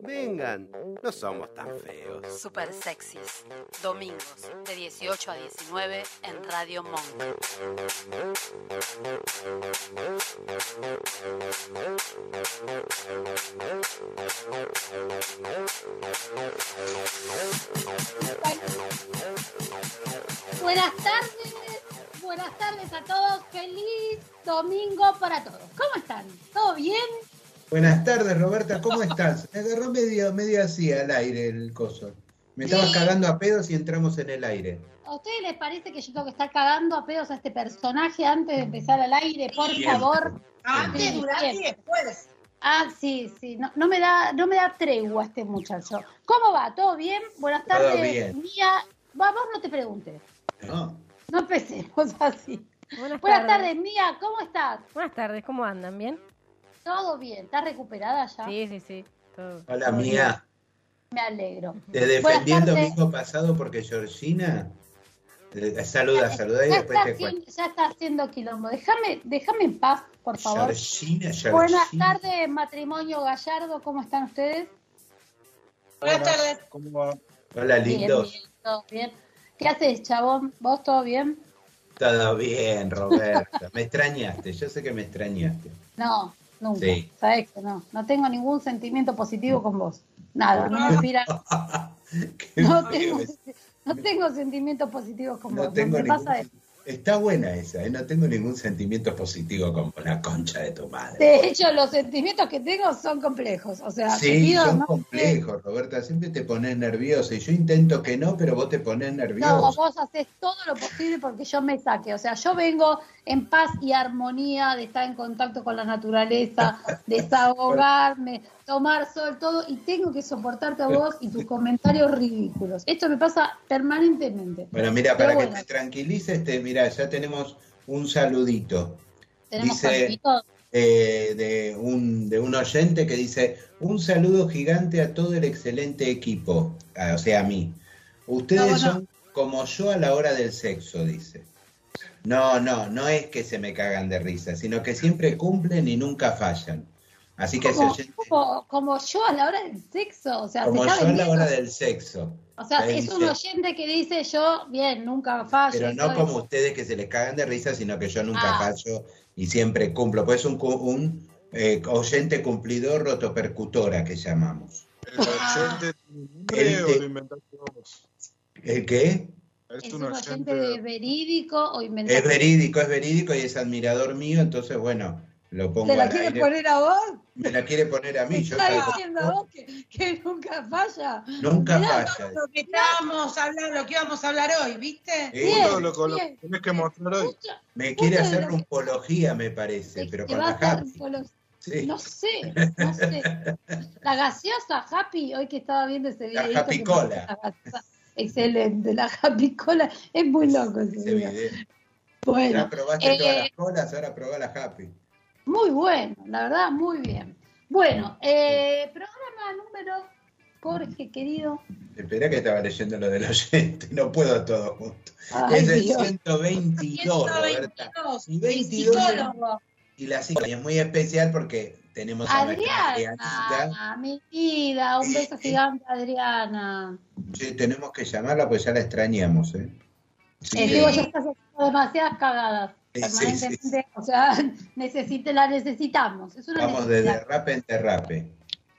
Vengan, no somos tan feos. Super sexys. Domingos de 18 a 19 en Radio Monk. Buenas tardes, buenas tardes a todos, feliz domingo para todos. ¿Cómo están? ¿Todo bien? Buenas tardes, Roberta, ¿cómo estás? Me agarró medio, medio así al aire el coso. Me Sí. estabas cagando a pedos y entramos en el aire. ¿A ustedes les parece que yo tengo que estar cagando a pedos a este personaje antes de empezar al aire? Por Siempre. favor. Antes, Sí, durante y bien. después. Ah, sí, sí, no, no me da, no me da tregua este muchacho. ¿Cómo va? ¿Todo bien? Buenas Todo tardes, bien. Mía. Va, vos no te preguntes. ¿no? No empecemos así. Buenas, Buenas tardes, Mía, ¿cómo estás? Buenas tardes, ¿cómo andan? ¿Bien? ¿Todo bien? ¿Estás recuperada ya? Sí, sí, sí. todo. Hola, mía. Me alegro. Te defendí el Buenas tardes. domingo pasado porque Georgina. eh, Saluda, saluda y Ya después está, te cuento. haciendo, ya está haciendo quilombo. Déjame, déjame en paz, por favor. Georgina, Georgina. Buenas tardes, matrimonio Gallardo, ¿cómo están ustedes? Buenas tardes. ¿Cómo va? Hola, lindos. Bien, bien, todo bien. ¿Qué haces, chabón? ¿Vos todo bien? Todo bien, Roberta. Me extrañaste, yo sé que me extrañaste. No, nunca. Sí. Sabés que no. No tengo ningún sentimiento positivo con vos. Nada, no me inspira. Qué No feo tengo, es. no tengo sentimientos positivos con No vos. tengo no me ningún- pasa de... Está buena esa, ¿eh? no tengo ningún sentimiento positivo como la concha de tu madre. de hecho, los sentimientos que tengo son complejos. O sea, te Sí, pido, son no sé, complejos, Roberta. Siempre te pones nerviosa. Y yo intento que no, pero vos te pones No, nerviosa. vos haces todo lo posible porque yo me saque. O sea, yo vengo en paz y armonía de estar en contacto con la naturaleza, desahogarme, tomar sol, todo, y tengo que soportarte a vos y tus comentarios ridículos. Esto me pasa permanentemente. Bueno, mira, para Pero que bueno. te tranquilices, te, mira, ya tenemos un saludito Tenemos Dice- saluditos. eh, de, un, de un oyente que dice, un saludo gigante a todo el excelente equipo, Ah, o sea, a mí. Ustedes No, bueno. son como yo a la hora del sexo, dice. No, no, no es que se me cagan de risa, sino que siempre cumplen y nunca fallan. Así que ese Como, oyente, como- como yo a la hora del sexo, o sea, se como yo está a la vendiendo. hora del sexo. O sea, Ahí es un dice. oyente que dice yo, bien, nunca Ah, fallo. Pero no soy- como ustedes que se les cagan de risa, sino que yo nunca Ah. fallo y siempre cumplo. Pues es un, cu- un eh, oyente cumplidor rotopercutora que llamamos. ¿El Ah. oyente tiene un El nombre o de- lo inventaste vos? ¿El qué? Es un oyente de verídico o inventado. Es verídico, es verídico y es admirador mío, entonces bueno, lo pongo ¿Te la al quiere aire. poner a vos? Me la quiere poner a mí, yo está salgo- diciendo a vos que, que nunca falla. nunca Mirá, falla. Lo que estábamos hablando, lo que íbamos a hablar hoy, ¿viste? Eh, bien, Todo lo que lo bien. tenés que mostrar hoy. Mucho- me quiere justo de hacer lo que- rumpología, me parece, pero te con va a la hacer Happy. con los- Sí, No sé, no sé. La gaseosa Happy, hoy que estaba viendo ese La videito Happy que Cola. me parece la gaseosa- Excelente, la Happy Cola. Es muy loco ese ese video. video. Bueno, Ya probaste eh, todas las colas, ahora probá la Happy. muy bueno, la verdad, muy bien. Bueno, eh, programa número, Jorge, querido. Espera que estaba leyendo lo del oyente, no puedo todo junto. Ay, es el Dios. 122, Roberta. 122. Y El 22 psicólogo. y la psicóloga. Y es muy especial porque tenemos a nuestra Adrianita. Adriana, mi vida, un beso gigante, Adriana. Sí, tenemos que llamarla porque ya la extrañamos, ¿eh? Sí, Eh, Eh, Sí. digo, ya estás haciendo demasiadas cagadas Sí, sí, permanentemente. sí, sí. O sea, necesite, la necesitamos. Es una Vamos de necesidad. derrape en derrape.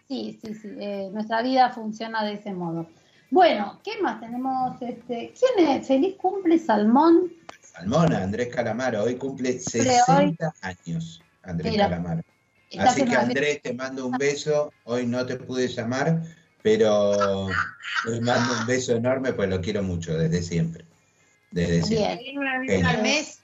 Sí, sí, sí. eh, nuestra vida funciona de ese modo. Bueno, ¿qué más tenemos? Este, ¿Quién es? Feliz cumple, Salmón. Salmona, Andrés Calamaro, hoy cumple Cumple hoy. 60 años, Andrés Mira, Calamaro. Está Así haciendo que la- Andrés, te mando un beso. Hoy no te pude llamar, pero te mando un beso enorme, pues lo quiero mucho desde siempre. Desde siempre. Bien, Eh, Una Eh, vez al mes.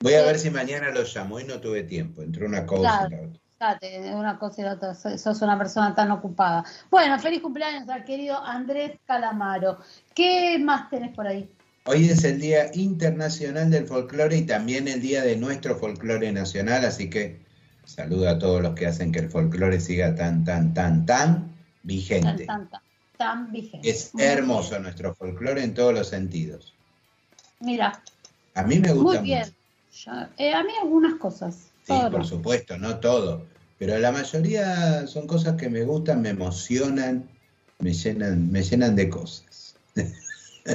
Voy a ver si mañana lo llamo. Hoy no tuve tiempo. Entró una cosa y la otra. fíjate, de una cosa y de otra. so- Sos una persona tan ocupada. Bueno, feliz cumpleaños al querido Andrés Calamaro. ¿Qué más tenés por ahí? Hoy es el Día Internacional del Folclore y también el Día de nuestro folclore nacional. Así que saludo a todos los que hacen que el folclore siga tan, tan, tan, tan vigente. tan, tan, tan, tan vigente. Es Muy hermoso bien. nuestro folclore en todos los sentidos. Mira, A mí me gusta muy bien. mucho. Ya- eh, a mí algunas cosas. Sí, todo por no. supuesto, no todo. Pero la mayoría son cosas que me gustan, me emocionan, me llenan, me llenan de cosas.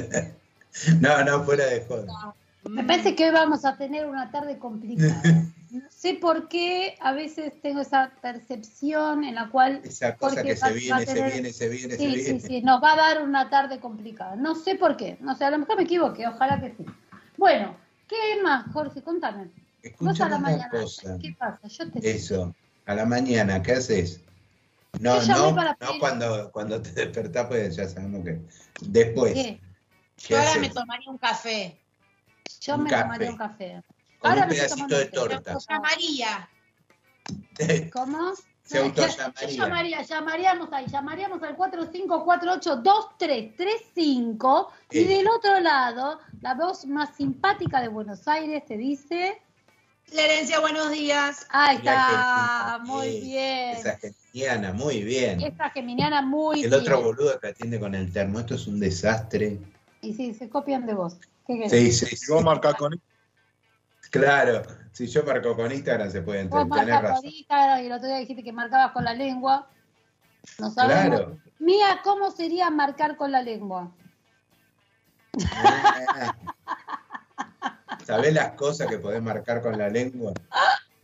no, no, fuera de joda. Me parece que hoy vamos a tener una tarde complicada. No sé por qué a veces tengo esa percepción en la cual Esa cosa Porque que va- va se a viene, se tener- viene, se viene, se Sí, sí, viene. sí, nos va a dar una tarde complicada. No sé por qué. No sé, a lo mejor me equivoqué, ojalá que sí. Bueno, ¿qué más, Jorge? Contame. Vos a Escuchame la una mañana. cosa. ¿Qué pasa? Yo te Eso, a la mañana, ¿qué haces? No, Yo llamé no, para no pedir- cuando, cuando te despertás, pues ya sabemos que. Después, ¿Qué? ¿qué Yo ahora haces? me tomaría un café. Yo Un me café. tomaría un café. Con Ahora un me estoy tomando pedacito de un café. torta. Yo- Llamaría. ¿Cómo? Se Yo autollamaría. llamaría, llamaríamos ahí, llamaríamos al 4548-2335 y Eso. del otro lado, la voz más simpática de Buenos Aires te dice, Florencia, buenos días. ahí Mira está, qué muy simpática. bien. Esa geniana, muy bien. Esta geminiana muy El bien. otro boludo que atiende con el termo, esto es un desastre. Y sí, se copian de vos. ¿Qué querés? Sí, sí, Si sí, vos marcás con él, claro. Si yo marco con Instagram se puede Vos entender, tenés marcás por razón. Instagram y el otro día dijiste que marcabas con la lengua. No sabemos. Claro. Mía, ¿cómo sería marcar con la lengua? ¿Sabés las cosas que podés marcar con la lengua?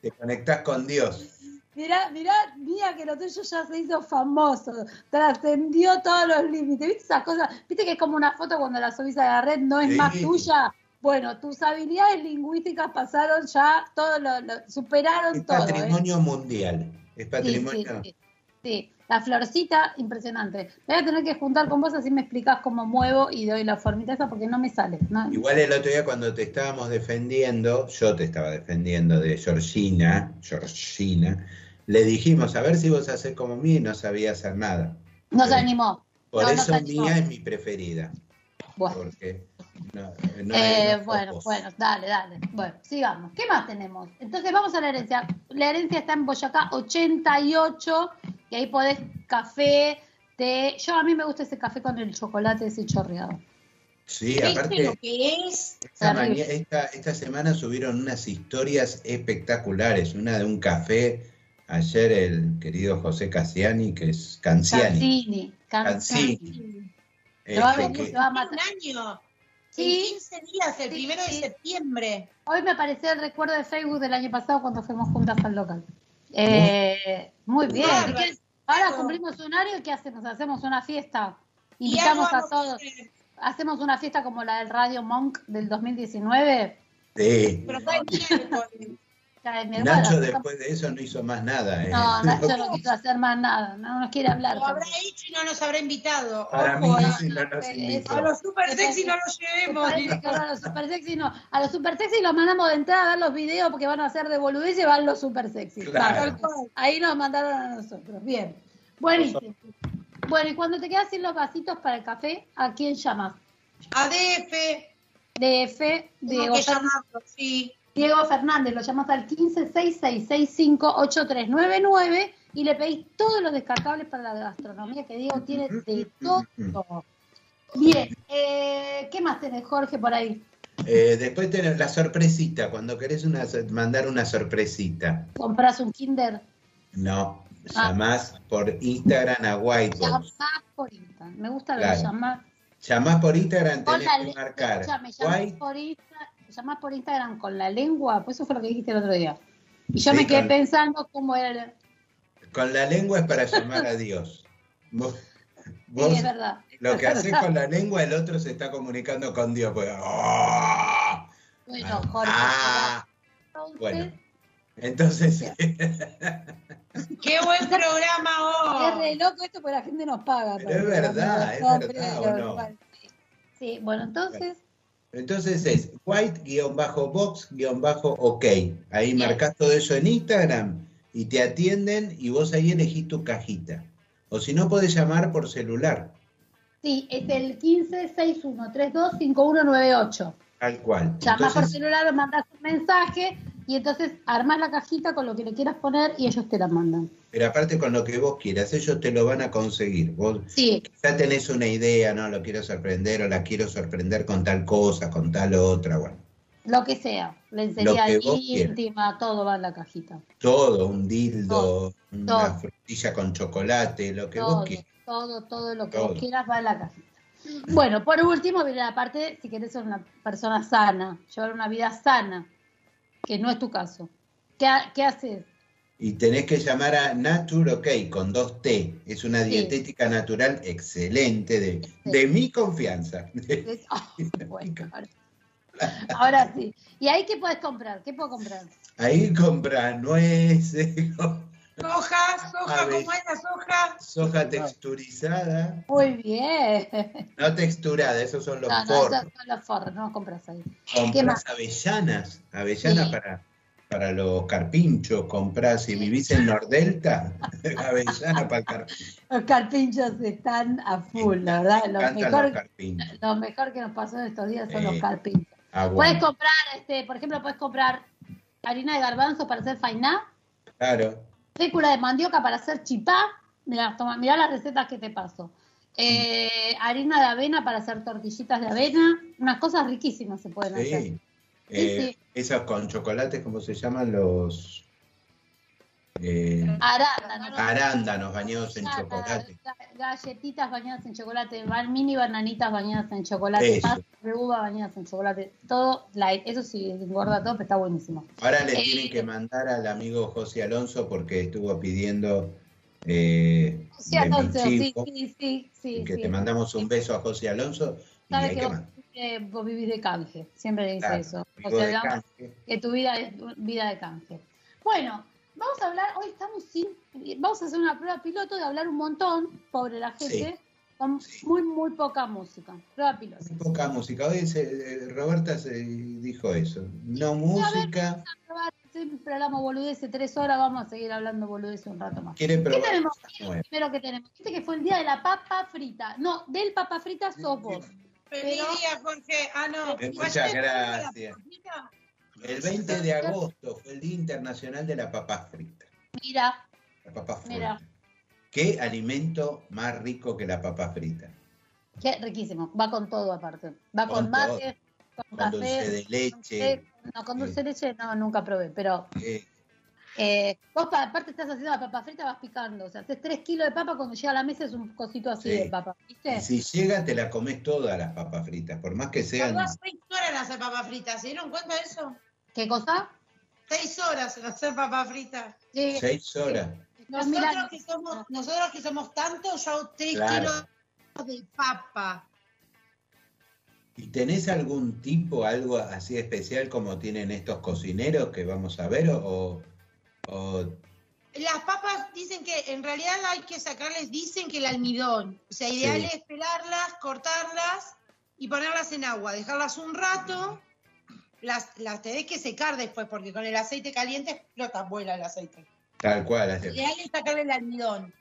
Te conectás con Dios. Mirá, mirá, mía, que lo tuyo ya se hizo famoso, trascendió todos los límites. ¿Viste esas cosas? ¿Viste que es como una foto cuando la subís a la red, no es Sí. más tuya? Bueno, tus habilidades lingüísticas pasaron ya, todo lo, lo- superaron Es todo. ¿eh? patrimonio mundial. Es patrimonio. Sí, sí, sí. Sí, la florcita, impresionante. Me voy a tener que juntar con vos, así me explicás cómo muevo y doy la formita esa porque no me sale. ¿no? Igual el otro día cuando te estábamos defendiendo, yo te estaba defendiendo de Georgina, Georgina, le dijimos, a ver si vos hacés como mí y no sabía hacer nada. No se Sí. animó. Por No, no eso se animó. mía es mi preferida, Bueno, porque no, no hay eh, más bueno, pocos. bueno, dale, dale. Bueno, sigamos. ¿Qué más tenemos? Entonces vamos a la herencia. La herencia está en Boyacá 88 y ahí podés café, té. Yo a mí me gusta ese café con el chocolate ese chorreado. Sí, ¿Viste lo aparte, que es? esta, terrible. maña- esta- esta semana subieron unas historias espectaculares, una de un café, ayer el querido José Cassiani, que es Canciani, Cancini. Cancini. Cancini. Lo va a este, venir, que- lo va a matar. Un año. Sí. En 15 días, el Sí, primero sí. de septiembre. Hoy me apareció el recuerdo de Facebook del año pasado cuando fuimos juntas al local. Eh, muy bien. Bárbaro. Así que Ahora cumplimos un año y ¿qué hacemos? Hacemos una fiesta. Y Invitamos algo a vamos todos. hacer. Hacemos una fiesta como la del Radio Monk del 2019. sí. Pero cae miércoles. Ya, mi hermana, Nacho ¿no? después de eso no hizo más nada. ¿eh? No, Nacho no quiso hacer más nada. No nos quiere hablar. Lo habrá hecho y no nos habrá invitado. Para mí Ojo, no, sí, no nos eh, invitó. A los super sexy no los Me llevemos. parece que ahora a los super sexy no. A los super sexy los mandamos de entrada a ver los videos porque van a hacer de boludez y van los super sexy. Claro. Va, Ahí nos mandaron a nosotros. Bien. Buenísimo. Bueno, y cuando te quedas sin los vasitos para el café, ¿a quién llamas? ADF. DF, Tengo Diego, que Fer- llamarlo, sí. Diego Fernández, lo llamas al 1566658399 y le pedís todos los descartables para la gastronomía que Diego tiene de todo. Bien, eh, ¿qué más tenés, Jorge, por ahí? Eh, después tenés la sorpresita, cuando querés una sor- mandar una sorpresita. ¿Comprás un Kinder? No, Ah. llamás por Instagram a Whitebox. Llamás por Instagram. Me gusta lo Claro. de llamar. Llamás por Instagram, Con tenés la que le- marcar. escuchame, llamás White, por Insta- llamás por Instagram con la lengua, pues eso fue lo que dijiste el otro día. Y yo Sí, me quedé con- pensando cómo era. el- con la lengua es para llamar a Dios. Vos, Sí, vos es verdad. lo que Es haces verdad. con la lengua, el otro se está comunicando con Dios. pues, ¡ah! Bueno, Jorge. Ah, entonces, bueno. Entonces, Qué buen programa Es hoy. re loco esto porque la gente nos paga. Pero para es que verdad, hagamos es los verdad, nombres, ¿o los- no? sí. Sí, bueno, entonces, Entonces es white-box-ok. Ahí Bien. marcas todo eso en Instagram y te atienden y vos ahí elegís tu cajita. O si no, podés llamar por celular, sí, es el 1561325198. tal cual. Llamás por Entonces, celular o mandás un mensaje y entonces armás la cajita con lo que le quieras poner y ellos te la mandan. Pero aparte con lo que vos quieras, ellos te lo van a conseguir. Vos Sí, ya tenés una idea, no, lo quiero sorprender o la quiero sorprender con tal cosa, con tal otra, bueno. lo que sea. Lencería que vos quieras. íntima, todo va en la cajita. Todo, un dildo, una todo. frutilla con chocolate, lo que Todo, vos quieras. todo, todo lo que Todo. vos quieras va en la cajita. Bueno, por último viene la parte, si querés ser una persona sana, llevar una vida sana, que no es tu caso. ¿Qué, ha- qué haces? Y tenés que llamar a Nature OK con dos T. Es una Sí. dietética natural excelente, de, de mi confianza. Es- ah, bueno, ahora, ahora sí. ¿Y ahí qué puedes comprar? ¿Qué puedo comprar? Ahí compras nueces, Soja, soja, A ver. ¿cómo es la soja? soja texturizada, Muy bien. no texturada, esos son los No, no, forros. esos son los forros, no compras ahí. ¿Qué más? Comprás avellanas, avellanas Sí. para, para los carpinchos, comprás, si vivís en Nordelta, avellana para el carpincho. Los carpinchos están a full, la verdad. Me Lo encantan los mejor, carpinchos. lo mejor que nos pasó en estos días son Sí. los carpinchos. Ah, Puedes bueno, comprar, este, por ejemplo, puedes comprar harina de garbanzo para hacer fainá, claro. fécula de mandioca para hacer chipá. Mirá, toma, mirá las recetas que te paso. Eh, harina de avena para hacer tortillitas de avena. Unas cosas riquísimas se pueden hacer. Sí. Eh, sí. Esos con chocolates, ¿cómo se llaman? Los eh, Arándanos. arándanos bañados en chocolate. Ga- Galletitas bañadas en chocolate, ba- mini bananitas bañadas en chocolate, Eso. pasas de uva bañadas en chocolate, todo light. Eso sí engorda todo, pero está buenísimo. Ahora le Eh. tienen que mandar al amigo José Alonso porque estuvo pidiendo eh, Sí, de entonces, sí, Michifo, sí, sí, sí. que sí. te mandamos un beso a José Alonso y Sabe hay que que vos, mandar. eh, vos vivís de canje, siempre le dice Claro, eso. O Digo sea, de hablamos canje. que tu vida es vida de canje. Bueno, vamos a hablar, hoy estamos sin, vamos a hacer una prueba piloto de hablar un montón, pobre la gente, con sí. muy, muy poca música. Prueba piloto. Muy poca música. Hoy se- eh, Roberta se dijo eso. No música. probar, siempre hablamos boludeces tres horas, vamos a seguir hablando boludeces un rato más. Quiere ¿Qué probar tenemos? cosas nuevas. Primero que tenemos, viste que fue el día de la papa frita. No, del papa frita sos vos. Feliz Pero- día, Jorge. Ah, no. Eh, muchas Ayer fue gracias. la papita. El 20 de agosto fue el Día Internacional de la Papa Frita. Mira, La papa frita. Mira. ¿Qué alimento más rico que la papa frita? qué riquísimo. Va con todo aparte. Va con, Con mate, con, Con café. dulce de con leche. té. no, con dulce de leche no, nunca probé, pero eh, eh, vos pa- aparte estás haciendo la papa frita, vas picando, o sea, haces tres kilos de papa, cuando llega a la mesa es un cosito así Sí. de papa, ¿viste? y si llega, te la comes todas las papas fritas, por más que sean. Tardó seis horas en hacer papas fritas. ¿Se dieron cuenta de eso? ¿Qué cosa? Seis horas en hacer papas fritas. Sí, Seis horas. no es Nosotros milanesa. que somos, nosotros que somos tantos, yo hago tres Claro. kilos de papa. ¿Y tenés algún tipo, algo así especial como tienen estos cocineros que vamos a ver? O, o- Las papas dicen que en realidad hay que sacarles, dicen que el almidón. O sea, ideal Sí. es pelarlas, cortarlas y ponerlas en agua, dejarlas un rato. Las, las tenés que secar después, porque con el aceite caliente explota, vuela el aceite. tal cual. Lo hace- ideal es sacarle el almidón.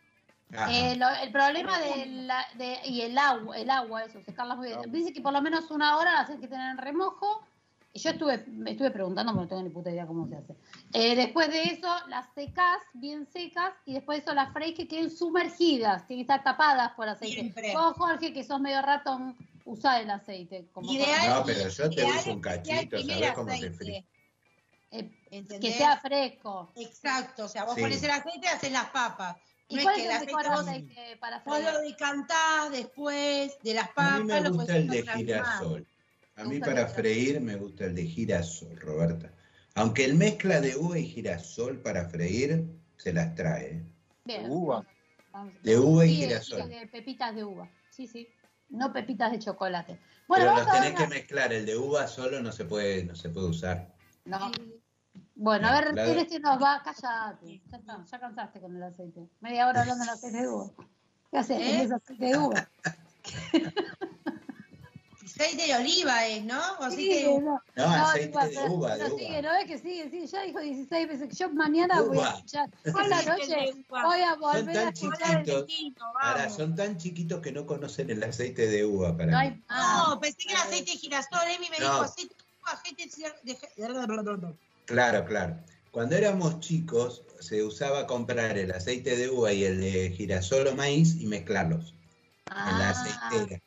Ajá. Eh, lo- el problema de la- de- y el agua, el agua, eso, secarlas muy bien. Dice que por lo menos una hora las hay que tener en remojo. Y yo estuve, me estuve preguntando, porque no tengo ni puta idea cómo se hace. Eh, después de eso, las secas, bien secas, y después de eso las freís que queden sumergidas, tienen que estar tapadas por aceite. Siempre. Vos, Jorge, que sos medio ratón, usá el aceite. Como Ideal, No, pero yo te uso ideal un es que sea el cachito, primer ¿sabés cómo te aceite, frío? Eh, que ¿entendés? sea fresco. Exacto, o sea, vos Sí. pones el aceite y haces las papas. ¿Y No es cuál que es el el aceite mejor vos- aceite para Vos freír? lo decantás después de las papas. A mí me lo gusta podés el de hacer ahumado. girasol. A Me mí gusta para el de freír me gusta el de girasol, Roberta. Aunque el mezcla de uva y girasol para freír se las trae. Bien. Uva. Ah, Vamos. De uva y Sí, girasol. de pepitas de uva. Sí, sí. No pepitas de chocolate. Bueno, Pero vamos los a tenés ver. que la- mezclar. El de uva solo no se puede, no se puede usar. No. Bueno, a ver, Mezclar. Celeste nos va, cállate. Ya está, ya cansaste con el aceite. Media hora hablando del aceite de uva. ¿Qué haces? ¿Eh? ¿Es aceite de uva? Aceite de oliva es, ¿no? O así Sí, que- no. No, No, Ah, aceite digo, de pero- uva, pero de sigue, uva. no es que sigue, sí, ya dijo 16 veces que yo mañana voy a Uva. escuchar. Por la Aceite de noche uva. voy a volver tan a escuchar chiquitos. el... Ahora, son tan chiquitos que no conocen el aceite de uva para No mí. hay más. No, pensé que era aceite de girasol. Emi me No. dijo aceite de uva, aceite de... de- Claro, claro. Cuando éramos chicos, se usaba comprar el aceite de uva y el de girasol o maíz y mezclarlos en la Ah, aceitera.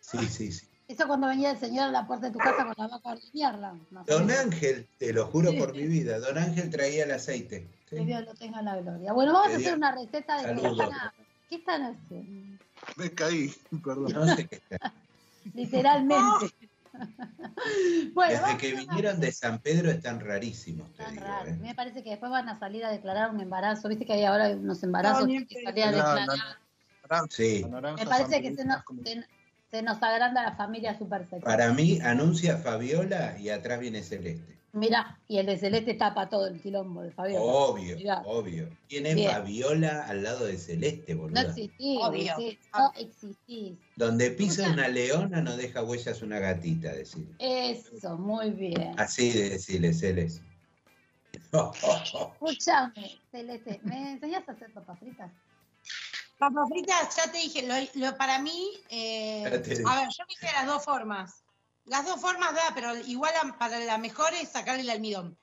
Sí, sí, sí. eso cuando venía el señor a la puerta de tu casa con la vaca a ordeñarla. más o Don menos. Ángel, te lo juro por mi vida, Don Ángel traía el aceite. ¿sí? Que Dios lo tenga en la gloria. Bueno, vamos a Que hacer Dios- una receta de Saludos. mexicana. ¿Qué están haciendo? Me caí, perdón. No sé qué está. Literalmente. bueno, Desde vamos que a hacer una vinieron de San Pedro están rarísimos, te Tan digo. raro. ¿eh? Me parece que después van a salir a declarar un embarazo. Viste que hay ahora unos embarazos No, ni que en pedo. salían a No, declarar. no, Naranja, Sí. la naranja, Me parece San que se Pedrito, nos, es como- se, se nos agranda la familia super sexy. Para mí, anuncia Fabiola y atrás viene Celeste. Mirá, y el de Celeste tapa todo el quilombo de Fabiola. Obvio, Mirá. obvio. Tiene Bien. Fabiola al lado de Celeste, no boludo. existís, Obvio. sí, no existís. Donde pisa una leona no deja huellas una gatita, decir. Eso, muy bien. Así de decirle, Celeste. Escuchame, Celeste, ¿me enseñás a hacer papas fritas? Papas fritas, ya te dije, lo, lo- para mí, eh, Ya te dije. a ver, yo me hice las dos formas. Las dos formas da, pero igual la- para la mejor es sacarle el almidón.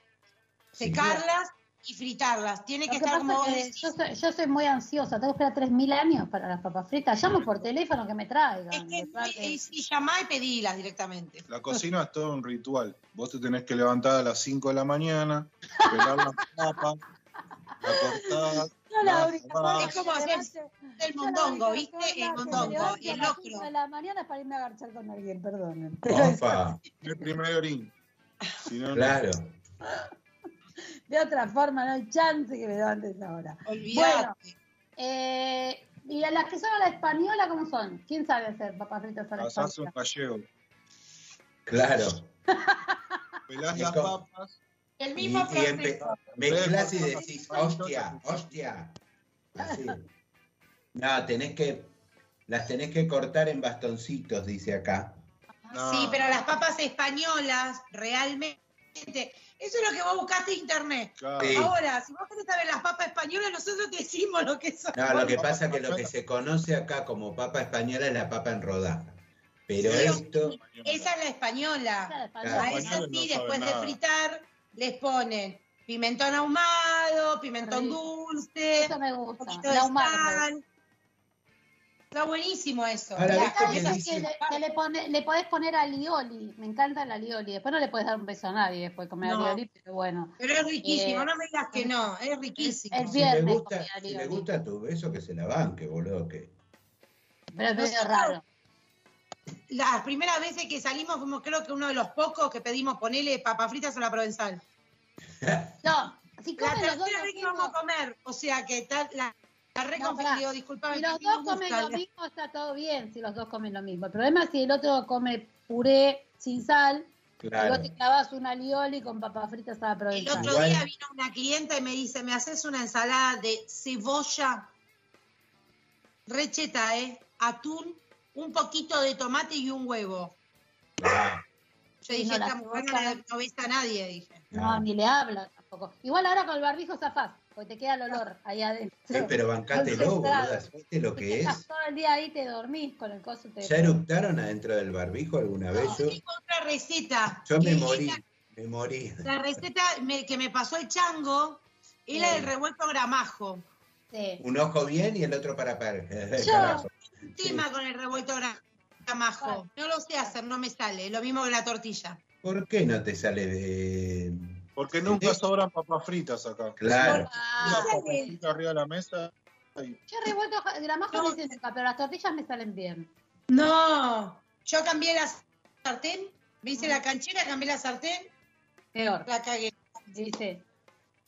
Secarlas y fritarlas. Tiene Lo que que estar como pasa vos es que decís. yo soy, yo soy muy ansiosa, tengo que esperar 3.000 años para las papas fritas. Llamo por teléfono que me traigan. Es de verdad que que- y, y llamá y pedílas directamente. La cocina es todo un ritual. Vos te tenés que levantar a las 5 de la mañana, pelar las papas, la cortar. No, la Ah, única ah. forma Es como que hacer me levante- El yo la mondongo, única forma ¿viste? que El me mondongo, levante a el las cinco locro. de la mañana es para irme a agarchar con alguien, perdonen. Pero es Opa, El primer orín. Si no, no. claro. de otra forma, no hay chance que me levantes ahora. Olvidate. Eh, y a las que son a la española, ¿cómo son? ¿Quién sabe hacer papas fritas a la Pasás un española? gallego. Claro. Pelás Me las como. papas. El Y, mismo y empe- proceso. mezclas y decís, hostia, hostia. Así. No, tenés que, las tenés que cortar en bastoncitos, dice acá. No. Sí, pero las papas españolas, realmente. Eso es lo que vos buscaste en internet. Claro. Sí. Ahora, si vos querés saber las papas españolas, nosotros te decimos lo que son. No, lo que pasa es que lo que se conoce acá como papa española es la papa en rodaja. Pero Sí. esto, Esa es la española. Esa es la Claro. A española. esa españoles sí, no después saben de nada. fritar, les ponen pimentón ahumado, pimentón Rico. dulce, Eso me un gusta. poquito de La humana. sal. Está buenísimo eso. Ahora, La- ¿viste que esa Esa sí que dice- es le, la- que le, pone- le podés poner alioli, me encanta el alioli. Después no le podés dar un beso a nadie después de comer No. alioli, pero bueno. Pero es riquísimo, Eh, no me digas que no, es riquísimo. el si le viernes gusta, comí si le alioli. gusta tu beso, que se la banque, boludo. Que... Pero es medio Nosotros- raro. Las primeras veces que salimos fuimos creo que uno de los pocos que pedimos ponerle papas fritas a la provenzal. No, si La comen los dos tercera lo vez que mismo- vamos a comer, o sea que tal, la, la re No, confundí, pará. digo, disculpame. Si los que no dos me comen gusta. lo mismo, está todo bien si los dos comen lo mismo. El problema es si el otro come puré sin sal y Claro. vos te clavas un alioli con papas fritas a la El provincia. otro Igual- día vino una clienta y me dice, ¿me haces una ensalada de cebolla? Recheta, ¿eh? Atún, un poquito de tomate y un huevo. Ah, Yo Sí, dije, no, la esta mujer no, cebolla- le- no besa a nadie, dije. No, ni le habla tampoco. Igual ahora con el barbijo zafás, porque te queda el olor ahí adentro. eh, pero bancátelo, Entonces, claro. boludo. ¿Viste lo Te que quedas es? todo el día ahí, te dormís con el coso. Te... ¿Ya eructaron adentro del barbijo alguna vez? Yo, Tengo otra receta. yo que me es morí, la- me morí. La, receta me- que me pasó el chango era Sí. el revuelto gramajo. Sí. Un ojo bien y el otro para para. Yo- carajo. Un tema con el revuelto gra- gramajo. No lo sé hacer, no me sale. Lo mismo que la tortilla. ¿Por qué no te sale de.? Porque nunca sobran papas fritas acá. Claro. Una Ah, papa frita arriba de la mesa. y yo revuelto gramajo No. no hice nunca, pero las tortillas me salen bien. No, yo cambié la sartén, me hice la canchera, cambié la sartén, Peor, la cagué. dice.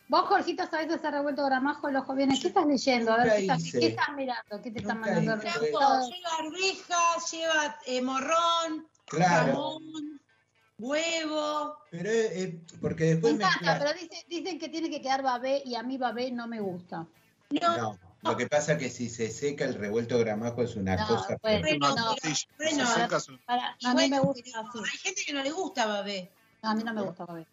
Vos, Jorgito, sabés hacer revuelto gramajo, el ojo viene. ¿Qué estás leyendo? A ver, Nunca ¿qué estás, hice. qué estás mirando? ¿Qué te están Nunca mandando? hice. revuelto? Campo, lleva arveja, lleva eh, morrón, Claro. jamón, huevo. Pero eh, porque Me después encanta, mezclas. pero dice- dicen que tiene que quedar babé y a mí babé no me gusta. No, No, lo que pasa es que si se seca el revuelto gramajo es una No, cosa. bueno. Una No, tortilla. bueno, se seca, se- Para, Y a mí bueno, me gusta pero así. hay gente que no le gusta, babé. No, a mí no me gusta babé.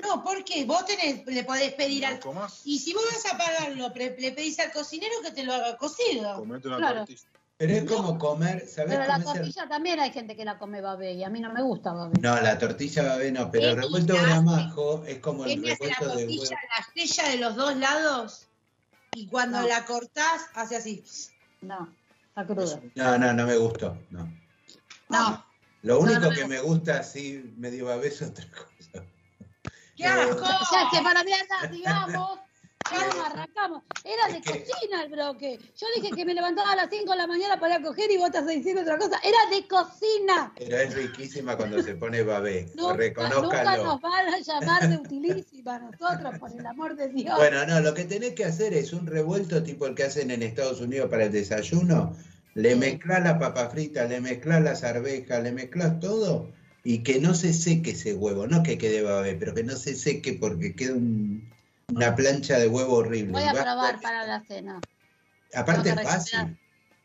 No, porque vos tenés, le podés pedir lo al... comás, Y si vos vas a pagarlo, pre- le pedís al cocinero que te lo haga cocido. comete una Claro. tortilla. Pero es como comer, ¿sabés Pero cómo la es el- tortilla también hay gente que la come babé y a mí no me gusta babé. No, la tortilla babé no, pero Sí, el revuelto quizás, gramajo es como el Tenías la revuelto de huevo. costilla, la estrella de los dos lados y cuando No. la cortás hace así. No, está cruda. No, no, no me gustó, no. No, Lo único no me que me gusta así medio babé es otra cosa. qué asco. Ya, ya, que para mierda, digamos. Ya nos arrancamos. Era de Es que- cocina el bloque. Yo dije que me levantaba a las 5 de la mañana para coger y vos estás diciendo otra cosa. Era de cocina. Pero es riquísima cuando se pone babé, Nunca, nunca reconózcalo. nos van a llamar de utilísima nosotros, por el amor de Dios. Bueno, no, lo que tenés que hacer es un revuelto tipo el que hacen en Estados Unidos para el desayuno. Le Sí. mezclás la papa frita, le mezclás las arvejas, le mezclás todo y que no se seque ese huevo. No que quede babé, pero que no se seque porque queda un- una plancha de huevo horrible. Voy Y a vas- probar para la cena. Aparte tengo es que fácil.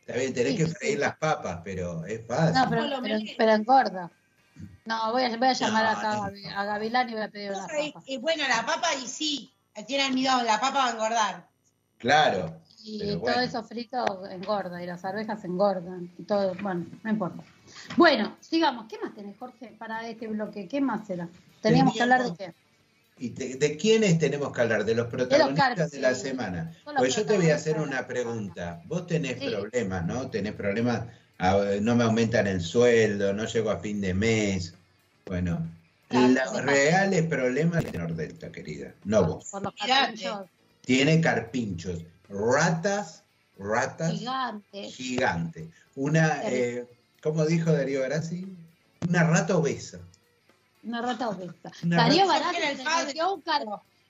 Está bien, tenés Sí, que sí. freír las papas, pero es fácil. No, pero, pero, pero engorda. No, voy a, voy a llamar No, acá a no. Gavi- a Gavilán y voy a pedir una Ay, papa. eh, bueno, la papa y sí, tiene almidón, la papa va a engordar. Claro. Y Pero todo bueno. eso frito engorda, y las arvejas engordan, y todo, bueno, no importa. Bueno, sigamos, ¿qué más tenés, Jorge, para este bloque? ¿Qué más era? Teníamos que hablar de qué. ¿Y te- de quiénes tenemos que hablar? De los protagonistas de, Carpi, la sí. semana. Son los Pues yo te voy a hacer protagonistas una de la pregunta. Vos tenés Sí. problemas, ¿no? Tenés problemas, ah, no me aumentan el sueldo, no llego a fin de mes. Bueno, Claro, los sí. Ah, reales problemas de Nordelta, querida, no vos. Por los Gigante. carpinchos Tiene carpinchos, ratas, ratas gigantes. gigantes. Una, Sí. eh, ¿cómo dijo Darío Barassi? Una rata obesa. Una rata obesa. Una Darío rata- Barassi Pensó que era se el le padre. metió un car...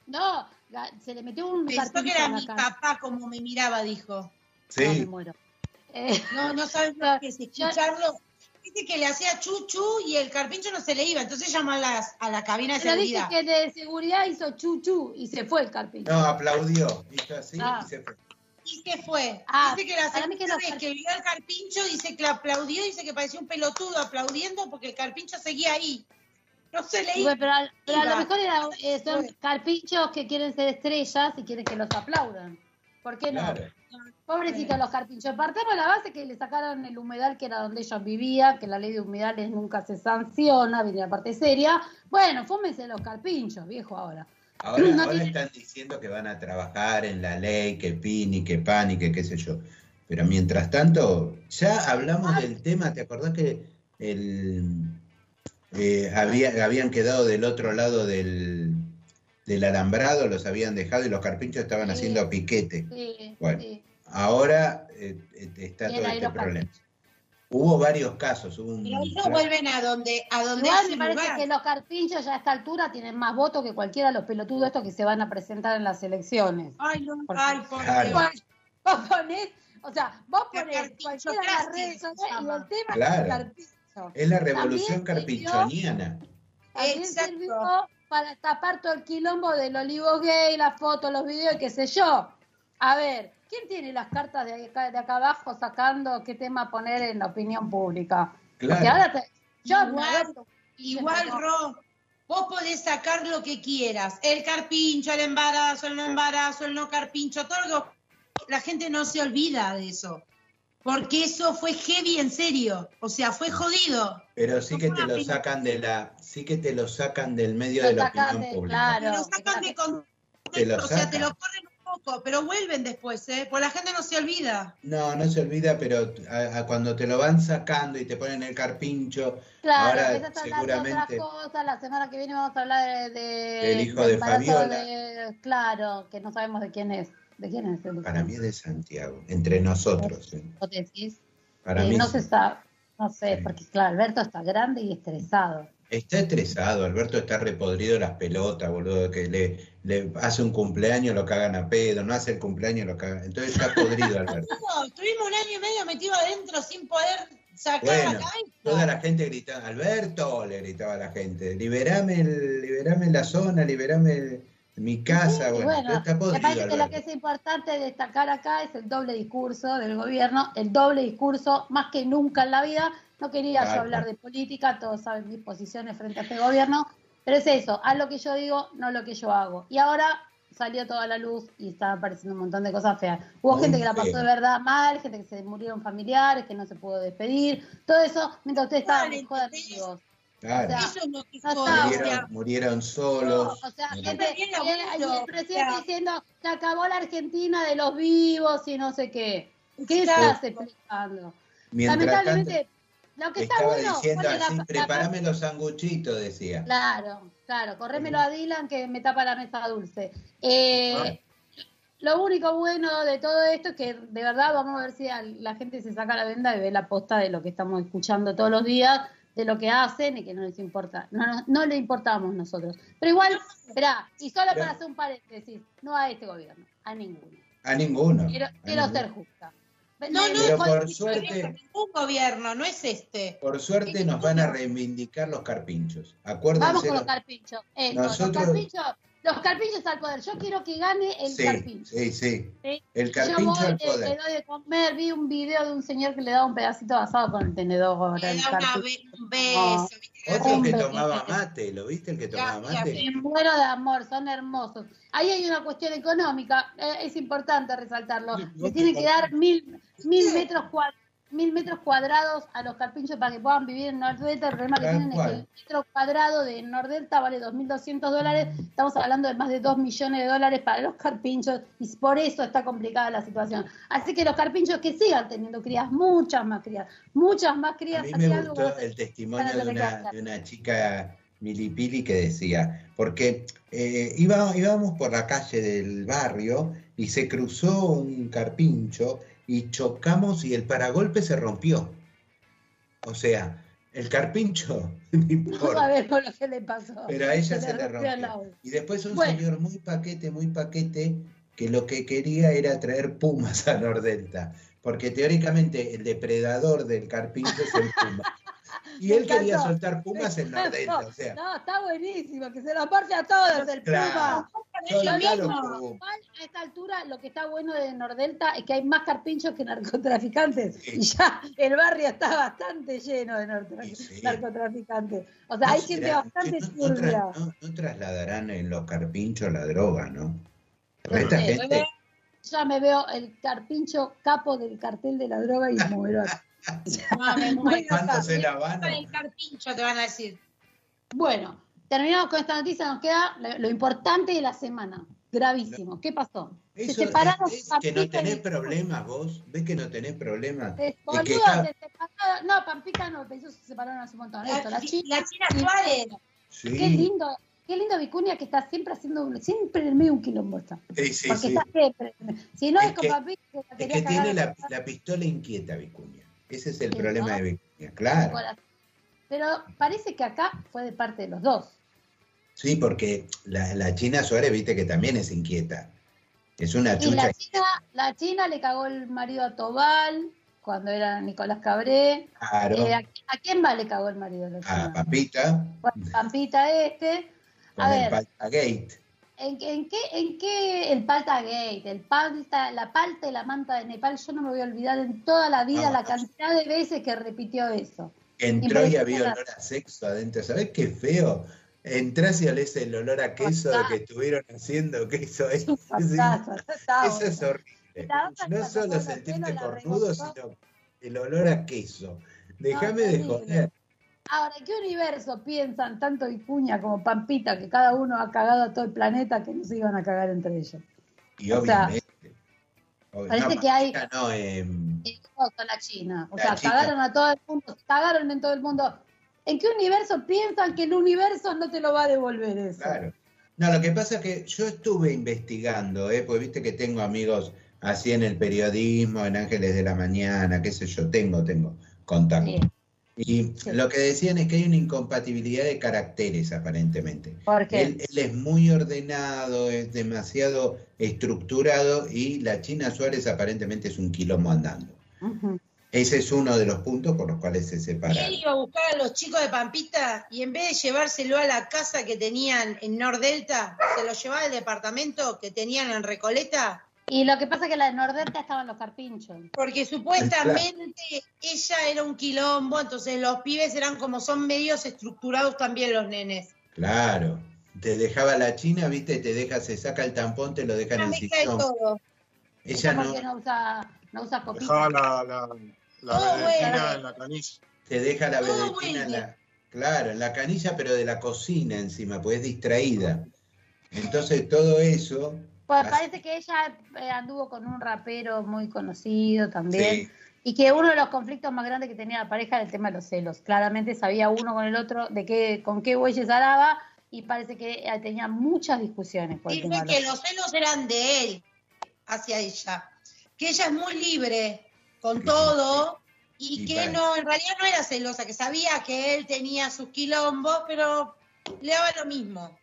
No, ga- se le metió un Pensó que carpincho era en la mi cara. papá como me miraba, dijo. No, me Sí, muero. Eh, No, no sabes lo que es escucharlo. Dice que le hacía chuchu y el carpincho no se le iba, entonces llamó a, las- a la cabina de pero dice seguridad. que de seguridad hizo chuchu y se fue el carpincho. no, aplaudió, hizo así Ah. y se fue. Y se fue. Ah, dice que la para mí que segunda los vez car- que vio al carpincho, dice que le aplaudió, dice que parecía un pelotudo aplaudiendo porque el carpincho seguía ahí. No se le Y bueno, iba. pero, a- pero a lo Iba. mejor era- eh, son carpinchos que quieren ser estrellas y quieren que los aplaudan. ¿Por qué no? Claro. Pobrecitos los carpinchos. Partamos de la base que le sacaron el humedal que era donde ellos vivían, que la ley de humedales nunca se sanciona, viene la parte seria. Bueno, fómense los carpinchos, viejo, ahora. Ahora, No ahora tiene- están diciendo que van a trabajar en la ley, que PIN y que PAN y que qué sé yo. Pero mientras tanto, ya hablamos Ah. del tema, ¿te acordás que el, eh, había- habían quedado del otro lado del, del alambrado, los habían dejado y los carpinchos estaban Sí. haciendo piquete? Sí, Bueno. sí. Ahora eh, eh, está Bien, todo ahí este los problema. Hubo varios casos, hubo un... Pero ellos vuelven a donde, a donde Igual es me el parece lugar. que los carpinchos ya a esta altura tienen más votos que cualquiera de los pelotudos estos que se van a presentar en las elecciones. Ay, no, Por- ay, por Claro. Dios. Vos- Vos ponés, o sea, vos La ponés cualquiera de las redes carpinchocracia se sociales y el llama. tema es Claro. el carpincho. Es la revolución También sirvió- carpinchoniana. También Exacto. sirvió para tapar todo el quilombo del olivo gay, las fotos, los videos y qué sé yo. A ver, ¿quién tiene las cartas de acá, de acá abajo sacando qué tema poner en la opinión pública? Porque Claro. ahora te- yo me Igual, agarro- Igual, no. Ro, vos podés sacar lo que quieras. El carpincho, el embarazo, el no embarazo, el no carpincho, todo lo que- La gente no se olvida de eso. Porque eso fue heavy en serio. O sea, fue jodido. Pero sí que te Ah, lo sí. sacan de la, sí que te lo sacan del medio Lo de la sacan opinión de- pública. claro. Te lo sacan que- de contexto, Te lo o sea, te sacan. lo corren un poco, pero vuelven después, ¿eh? Porque la gente no se olvida. No, no se olvida, pero a- a cuando te lo van sacando y te ponen el carpincho, Claro, ahora empezás a hablar de seguramente- otras cosas. La semana que viene vamos a hablar de, de- Del hijo del de embarazo Fabiola. de- claro, que no sabemos de quién es. ¿De quién es? el- para mí es de Santiago, entre nosotros. ¿eh? ¿Vos decís? Para Eh, mí no sí. se sabe. No sé, Sí. porque claro, Alberto está grande y estresado. Está estresado, Alberto está repodrido las pelotas, boludo, que le, le hace un cumpleaños, lo cagan a pedo, no hace el cumpleaños, lo cagan. Entonces está podrido, Alberto. No, estuvimos un año y medio metidos adentro sin poder sacar Bueno, la cabeza. Toda la gente gritaba, Alberto, le gritaba a la gente, liberame, el- liberame la zona, liberame el- mi casa, Y Ah, bueno, bueno, está me podrido. parece que lo Alberto. que es importante destacar acá es el doble discurso del gobierno, el doble discurso más que nunca en la vida. No quería yo Claro. hablar de política, todos saben mis posiciones frente a este gobierno, pero es eso, haz lo que yo digo, no lo que yo hago. Y ahora salió toda la luz y estaba apareciendo un montón de cosas feas. Hubo Muy gente que la pasó feo. de verdad mal, gente que se murieron familiares, que no se pudo despedir, todo eso mientras ustedes estaban Vale, en joda de entonces, amigos. Claro. Ya. Eso es lo que Ya jode, o sea, murieron, murieron solos. No, o sea, Mira. gente, Bien y el, laburo, y el presidente o sea. diciendo se acabó la Argentina de los vivos y no sé qué. ¿Qué Claro. estás explicando? Mientras tanto, Lamentablemente, lo que está estaba bueno, diciendo ponle la- así, la- prepárame los sanguchitos, decía. Claro, claro, corrémelo a Dylan que me tapa la mesa dulce. Eh, Ah. lo único bueno de todo esto es que de verdad vamos a ver si al- la gente se saca la venda y ve la posta de lo que estamos escuchando todos los días, de lo que hacen y que no les importa, no, no, no le importamos nosotros. Pero igual, esperá, y solo Pero- para hacer un paréntesis, no a este gobierno, a ninguno. A ninguno. Quiero, a quiero ninguno. ser justa. No, no, Pero con- por con suerte- ningún gobierno, no es este. Por suerte nos van a reivindicar los carpinchos. Acuérdense. Vamos con los los- carpinchos. Eso, Nosotros- los carpinchos. Los carpinchos al poder. Yo quiero que gane el sí, carpincho. sí, sí, Sí. El Yo carpincho voy, eh, al le, le poder. doy de comer, vi un video de un señor que le daba un pedacito de asado con el tenedor. Le al da una carpincho. be- un beso. ¿viste? Le da Otro un que Hombre. tomaba mate, ¿lo viste el que tomaba Ya, ya, mate? Me muero de amor, son hermosos. Ahí hay una cuestión económica, eh, es importante resaltarlo. Sí, Le tienen que dar mil, mil, Sí. metros cua- mil metros cuadrados a los carpinchos para que puedan vivir en Nordelta. El problema que Tal tienen cual. es que el metro cuadrado de Nordelta vale 2.200 dólares. Estamos hablando de más de 2 millones de dólares para los carpinchos y por eso está complicada la situación. Así que los carpinchos que sigan teniendo crías, muchas más crías, muchas más A crías. mí hacer me algo gustó el testimonio para de una, recalcar. de una chica milipili que decía, porque eh, iba- íbamos por la calle del barrio y se cruzó un carpincho y chocamos y el paragolpe se rompió. O sea, el carpincho, no Vamos a importa. ver con lo que le pasó. Pero a ella se le el rompió. auto. Y después un Bueno. señor muy paquete, muy paquete, que lo que quería era traer pumas a Nordelta. Porque teóricamente el depredador del carpincho es el puma. Y Me él quería encantó. soltar pumas en Nordelta. O sea, No, está buenísimo, que se la parte a todos el claro. Puma. soltá los mismo. pumas. Igual, a esta altura lo que está bueno de Nordelta es que hay más carpinchos que narcotraficantes Sí. y ya el barrio está bastante lleno de Y nortra- sí. narcotraficantes. O sea, hay No gente será- bastante no- no turbia. tra- no- no trasladarán en los carpinchos la droga, ¿no? Pero esta sé, gente, Ya me veo el carpincho capo del cartel de la droga y me muero. No, me Bueno, muero. ¿cuánto acá, se la van? Con el carpincho te van a decir. Bueno, terminamos con esta noticia, nos queda lo, lo importante de la semana. Gravísimo. ¿Qué pasó? Eso, separaron ¿ves que Pampita no y tenés Nico. problemas vos? ¿Ves que no tenés problemas? Se- Y que boludo, está- se separaron. No, Pampita no, pensó se separaron hace un montón. Eso, la chica. La China Suárez. Sí, Qué lindo, qué lindo Vicuña que está siempre haciendo, un- siempre en el medio de un quilombo está. sí, sí, Porque sí. está siempre. Si no Es es, con que- Pampita, que la Es quería que cagar tiene a la, patada la pistola inquieta Vicuña. Ese es el Sí, problema ¿no? de Vicuña, en el claro. corazón. Pero parece que acá fue de parte de los dos. Sí, porque la, la China Suárez, viste que también es inquieta. Es una Y chucha. la China, la China le cagó el marido a Tobal cuando era Nicolás Cabré. Claro. Eh, ¿a, a quién más le cagó el marido? la A China? Papita, Bueno, Pampita este. con A el ver. Palta Gate. ¿En, en qué, ¿En qué el Palta Gate, el palta, la palta y la manta de Nepal? Yo no me voy a olvidar en toda la vida No, la no. cantidad de veces que repitió eso. Entró y había Impresionante. olor a sexo adentro. ¿Sabés qué feo? Entrás y olés el olor a queso Fantástico. que estuvieron haciendo queso. Es- Un fantasma, está Eso es bueno. horrible. La otra No cosa, solo con los sentirte pelos la cornudo, remontó. sino el olor a queso. Déjame de terrible. joder. Ahora, ¿qué universo piensan tanto Vicuña como Pampita que cada uno ha cagado a todo el planeta que no se iban a cagar entre ellos? Y O sea, obviamente. ob- parece no, que hay- Pampita No, em, Y todos son la China. O La sea, chica. cagaron a todo el mundo, se cagaron en todo el mundo. ¿En qué universo piensan que el universo no te lo va a devolver eso? Claro. No, lo que pasa es que yo estuve investigando, ¿eh? pues viste que tengo amigos así en el periodismo, en Ángeles de la Mañana, qué sé yo, tengo, tengo contacto. Sí, Y Sí. lo que decían es que hay una incompatibilidad de caracteres, aparentemente. porque Él, él es muy ordenado, es demasiado estructurado y la China Suárez aparentemente es un quilombo andando. Ujú. Ese es uno de los puntos por los cuales se Y separaron. él iba a buscar a los chicos de Pampita y en vez de llevárselo a la casa que tenían en Nordelta, se lo llevaba al departamento que tenían en Recoleta. Y lo que pasa es que la de Nordelta estaban los carpinchos. Porque supuestamente ella era un quilombo, entonces los pibes eran como son medios estructurados también los nenes. Claro, te dejaba la china, viste, te deja, se saca el tampón, te lo deja en Una el mezcla de sillón. todo. Ella Capaz no, que no usa, no usa Dejaba copita. la, la, la Todo berenjena bueno. en la canilla. te deja la Todo vedetina en vuelve. la, claro, en la canilla, pero de la cocina encima, pues es distraída. Entonces todo eso, Pues parece que ella eh, anduvo con un rapero muy conocido también. sí, Y que uno de los conflictos más grandes que tenía la pareja era el tema de los celos. Claramente sabía uno con el otro de qué, con qué bueyes araba y parece que eh, tenía muchas discusiones por el Dice tema de que los- los celos eran de él hacia ella. Que ella es muy libre con todo y, Y que para- no, en realidad no era celosa, que sabía que él tenía sus quilombos, pero le daba lo mismo.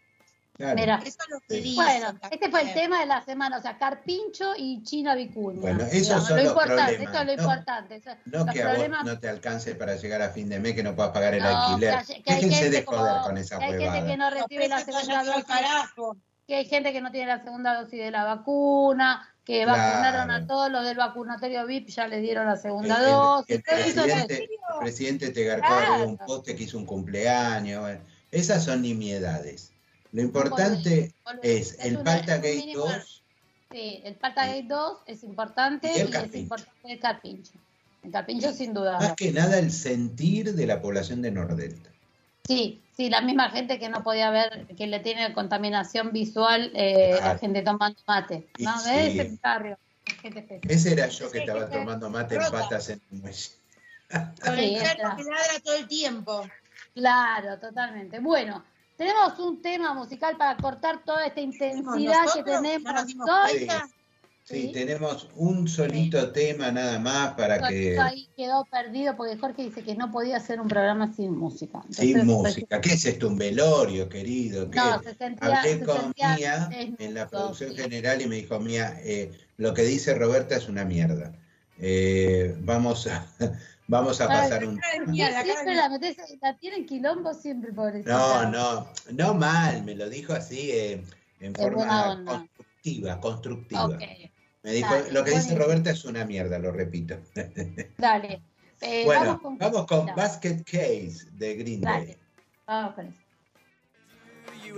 claro. Mira. Eso es lo que Sí. dice. Bueno, este fue el tema de la semana, o sea, Carpincho y China Vicuña. Bueno, esos Digamos, son lo los importante, problemas, esto es lo ¿no? importante. o sea, No los que a vos problemas- no te alcance para llegar a fin de mes, que no puedas pagar el No, alquiler. que hay- que hay Déjense gente de joder como- con esa que hay gente que huevada. no Los recibe la precios segunda vayan al dosis carajo. que hay gente que no tiene la segunda dosis de la vacuna, que Claro. vacunaron a todos los del vacunatorio VIP, ya les dieron la El, segunda el- dosis. el todo eso es- presidente, el presidente te garcó Claro. arriba de un poste que hizo un cumpleaños. bueno, Esas son nimiedades. Lo importante Volvemos, es el una- Pacta un Gay mínimo- 2, Sí, el Pata Gay 2 es importante Y y, el es Carpincho. importante el Carpincho. El Carpincho sin duda. más que nada el sentir de la población de Nordelta. Sí, sí, la misma gente que no podía ver, que le tiene contaminación visual eh, a Claro. gente tomando mate. Y ¿No? sí. ¿Ves? El barrio. Gente especial. Ese era yo que Sí, estaba que- tomando mate en rota. patas en el muelle. Con Sí, el está. perro que ladra todo el tiempo. Claro, totalmente. Bueno, tenemos un tema musical para cortar toda esta intensidad que Nosotros no tenemos nos dimos hoy. cuenta. Sí, Sí. tenemos un solito tema nada más para que. Eso ahí quedó perdido porque Jorge dice que no podía hacer un programa sin música. Sin Entonces, pues, música. ¿Qué es esto? Un velorio, querido. ¿Qué? No, se sentía, Hablé se con sentía Mía desnudo, en la producción sí. general y me dijo, Mía, eh, lo que dice Roberta es una mierda. Eh, vamos a, vamos a Claro, pasar un... Sí, Mira, la cara siempre de- la metes, la tienen quilombo siempre, pobrecita. No, no, no mal, me lo dijo así eh, en buena forma onda. constructiva, constructiva. Ok, Me dijo, dale, lo que dice buenísimo. Roberta es una mierda, lo repito. dale. Eh, bueno, vamos con, Dale, Basket Case de Green Day. Dale, vamos con eso. you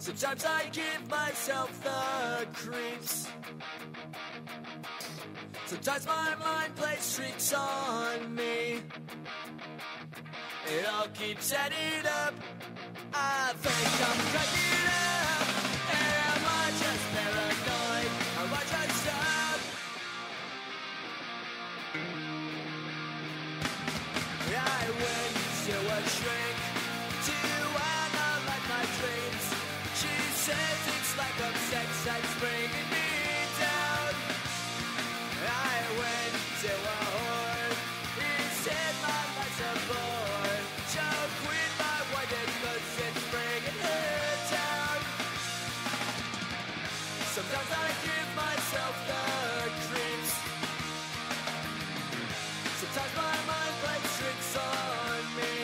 Sometimes I give myself the creeps. Sometimes my mind plays tricks on me. It all keeps adding up. I think I'm cracking up. And am I just paranoid? Am I just up? I went to a shrink to analyze my dreams. She says it's like a sex that's bringing me down. I went to a whore. He said my life's a bore. Choke with my white emotions, bringing her down. Sometimes I give myself the creeps. Sometimes my mind plays tricks on me.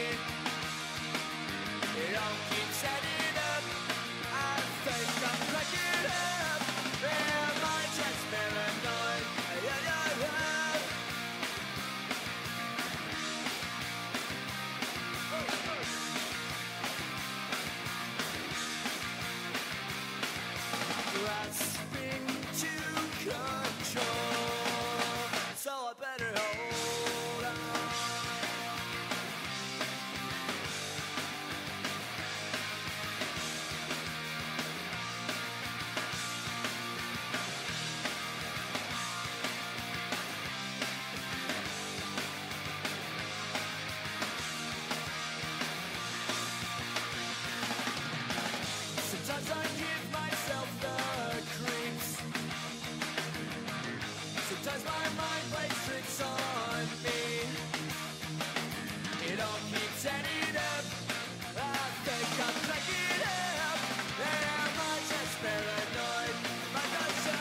It all keeps adding up. I think I'm cracking up. Am I just paranoid? Yeah, yeah, yeah. Grasping to control, so I better hold on. Sometimes I give myself the creeps. Sometimes my mind plays tricks on me. It all keeps adding up. I think I'm cracking up. Am I just paranoid? Am I just up?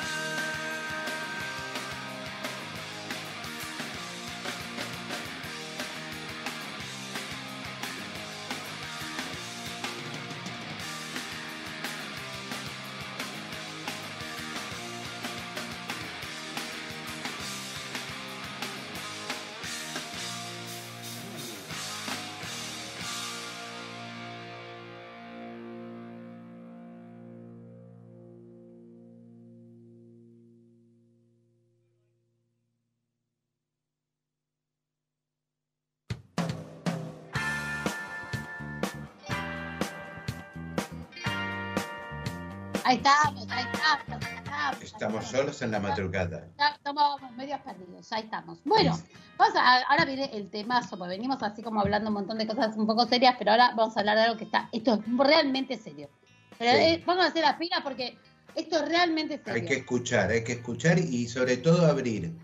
Ahí estamos, ahí estamos, ahí estamos. Estamos solos en la madrugada. Ya Estamos medios perdidos, ahí estamos. Bueno, vamos a- ahora viene el temazo, porque venimos así como hablando un montón de cosas un poco serias, pero ahora vamos a hablar de algo que está, esto es realmente serio. Pero Sí. eh, vamos a hacer la fila porque esto es realmente serio. Hay que escuchar, hay que escuchar y sobre todo abrir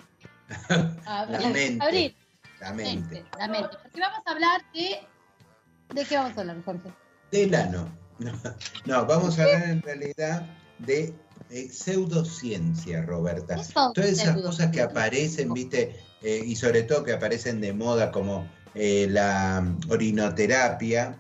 Abrir, la mente. abrir la la mente. mente, la mente. Porque vamos a hablar de... ¿De qué vamos a hablar, Jorge? Del ano. No, no, vamos a hablar en realidad de eh, pseudociencia, Roberta. Eso, Todas esas pseudociencia. cosas que aparecen, viste, Eh, y sobre todo que aparecen de moda como eh, la orinoterapia,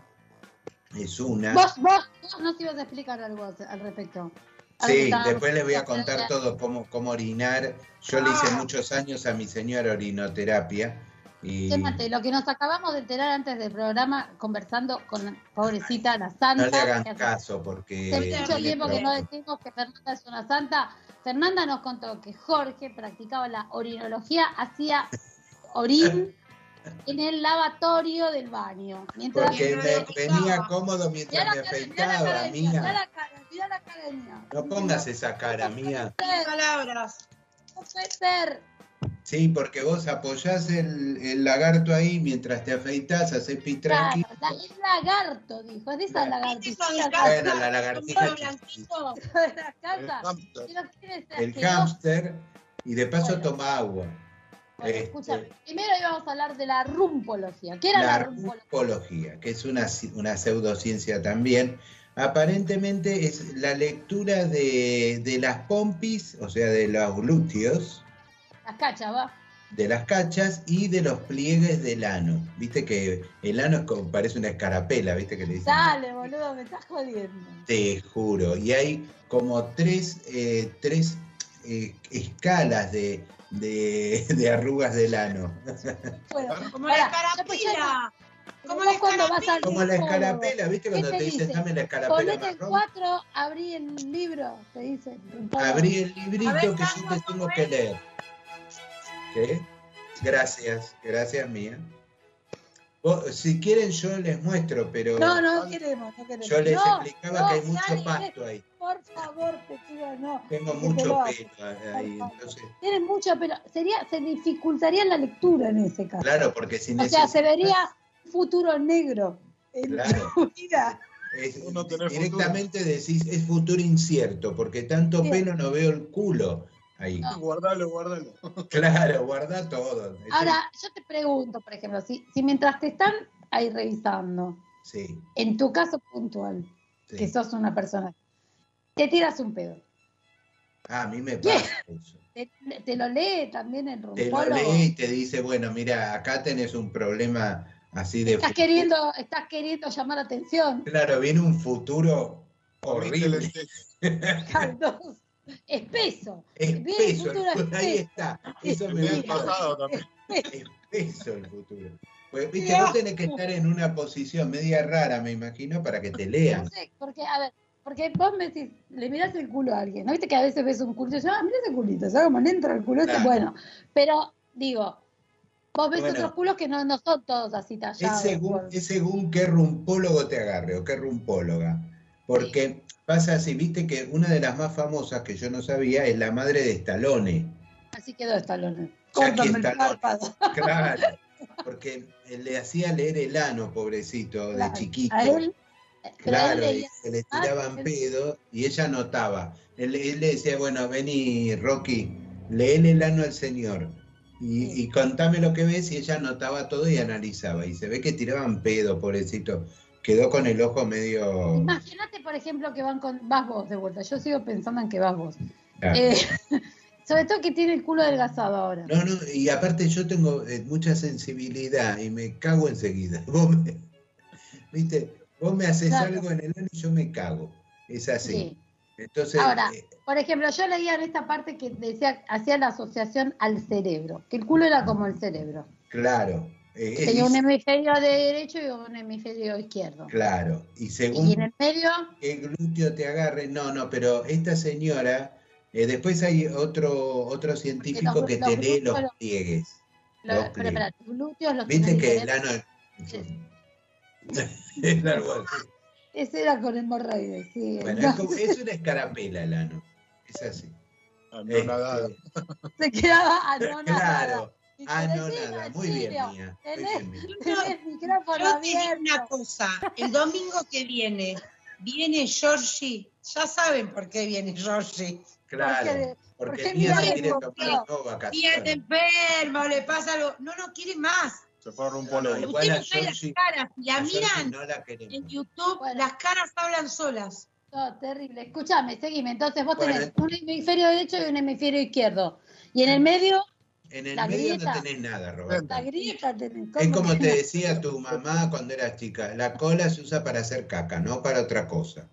es una. Vos, vos, vos nos ibas a explicar algo al respecto. Algo que Sí, estábamos- después les voy a contar todo cómo, cómo orinar. Yo le Ah. hice muchos años a mi señora orinoterapia. Y Fíjate, lo que nos acabamos de enterar antes del programa, conversando con pobrecita la santa. no le hagan que caso eh, porque. hace mucho tiene tiempo que no problemas. decimos que Fernanda es una santa. Fernanda nos contó que Jorge practicaba la orinología, hacía orín en el lavatorio del baño. Mientras Porque no me- lo quitaba. venía cómodo Mirá mientras la me cara, mirá la cara afeitaba, de mía, mirá mía. la cara, mirá la cara de mía. No pongas esa cara, mía. Sin palabras. No puede ser. Sí, porque vos apoyás el, el lagarto ahí mientras te afeitas, haces pi Claro, tranqui. la- es lagarto, dijo, es de esas Este Hijo lagartijas. de de Bueno, casa, la lagartija. con blanquito. las El casas. hamster. Pero quiere ser El que no- hámster y de paso Bueno. toma agua. Bueno, Este, escúchame, primero íbamos a hablar de la rumpología. ¿Qué era la, La rumpología? rumpología, que es una, ci- una pseudociencia también, aparentemente es la lectura de, de las pompis, o sea, de los glúteos, Las cachas, va. de las cachas y de los pliegues del ano. Viste que el ano es como- parece una escarapela, viste que le dicen. Dale, boludo, me estás jodiendo. Te juro. Y hay como tres, eh, tres eh, escalas de, de- de arrugas del ano. Bueno, Como pará, la yo pues ya escarapela. no- como vos la cuando vas al Como la psicólogo, escarapela, ¿viste? Cuando te te dicen, dicen? dame la escarapela Ponete en marrón. cuatro, abrí el libro, te dicen. Abrí el librito A ver, que yo te Carlos, tengo ¿cómo que es? leer. ¿Qué? Gracias, gracias mía. Vos, si quieren yo les muestro, pero No, no queremos, no queremos. yo les no, explicaba no, que hay mucho dale, pasto ahí. por favor, te pido, no. Tengo que te mucho lo hagas. pelo ahí. favor. Entonces, Tienes mucho, pero sería, se dificultaría la lectura en ese caso. claro, porque si O sea, se necesitas, vería un futuro negro en Claro. tu vida. es- Vos no tenés directamente decís, es futuro incierto, porque tanto Sí. pelo no veo el culo ahí. Guardalo, guardalo. Claro, guarda todo. Este, Ahora, yo te pregunto, por ejemplo, si, si mientras te están ahí revisando, Sí, en tu caso puntual, sí. que sos una persona, te tiras un pedo. Ah, a mí me pasa eso. Te, te lo lee también el Te lo rumpólogo. lee y te dice, bueno, mira, acá tenés un problema así de... Estás queriendo, estás queriendo llamar la atención. Claro, viene un futuro Comiste este, horrible, lentejas. Carlos. Espeso. Viene un espeso. futuro el- ahí espeso. está. Eso me Viene el gusta. pasado también. Espeso el futuro. Pues, viste, vos tenés que estar en una posición media rara, me imagino, para que te No lean. sé, porque, a ver, porque vos me decís, le mirás el culo a alguien, ¿no viste que a veces ves un culo y yo, ah, mirá ese culito, ¿sabes cómo le entra el culo? Este, Claro. Bueno, pero digo, vos ves Bueno. otros culos que no, no son todos así Es tallados. según, por- es según qué rumpólogo te agarre o qué rumpóloga. Porque pasa así, viste que una de las más famosas que yo no sabía es la madre de Stallone. Así quedó Stallone. Jackie Córtame el Stallone. párpado. Claro, porque le hacía leer el ano, pobrecito, Claro, de chiquito. A él, pero a él "Ah, Claro, y leía, se le más, tiraban él- pedos y ella notaba. Él, él le decía, bueno, vení, Rocky, leele el ano al señor. Y, Sí. y contame lo que ves, y ella anotaba todo y analizaba. Y se ve que tiraban pedo, pobrecito. Quedó con el ojo medio. imagínate, por ejemplo, que van con, vas vos de vuelta, yo sigo pensando en que vas vos. Ah. Eh, sobre todo que tiene el culo adelgazado ahora. No, no, y aparte yo tengo eh, mucha sensibilidad y me cago enseguida. Vos me, ¿viste? Vos me haces Claro. algo en el ano y yo me cago. Es así. Sí. Entonces, Ahora, eh, Por ejemplo, yo leía en esta parte que decía, hacía la asociación al cerebro, que el culo era como el cerebro. claro. eh, Tenía es- un hemisferio de derecho y un hemisferio izquierdo. Claro, y según Y en el medio, qué glúteo te agarre, no, no, pero esta señora, eh, después hay otro, otro científico los- que los te lee glúteos los los- pliegues. lo- Los pero, espera, los glúteos los Viste tenés que el diferentes. ano es- es algo así. Ese era con hemorroides, sí. Bueno, es, como- entonces es una escarapela el ano. Es así. Ah, Este. no, nada. se quedaba anonadada. Claro. Y te Ano decía, nada. Muy bien, Chino, mía. Muy tenés- bien, mía. Tenés micrófono Yo te digo abierto. una cosa, el domingo que viene, viene Georgie, ya saben por qué viene Georgie. Claro. porque Porque mira Mía se que quiere rompió. tomar todo Viene vacaciones. enfermo, le pasa algo, no no quiere más. Se fue a un No, no, polo. Igual a Ustedes ven las Georgie- caras, si la A Georgie miran No la en queremos. YouTube, Bueno. las caras hablan solas. No, terrible. Escúchame, seguime. Entonces vos Bueno. tenés eh. un hemisferio derecho y un hemisferio izquierdo. Y Mm. en el medio, En el La medio no grieta. tenés nada, Roberto. la grieta tenés. Es ¿Cómo como que te decía tu mamá cuando eras chica, la cola se usa para hacer caca, no para otra cosa. no?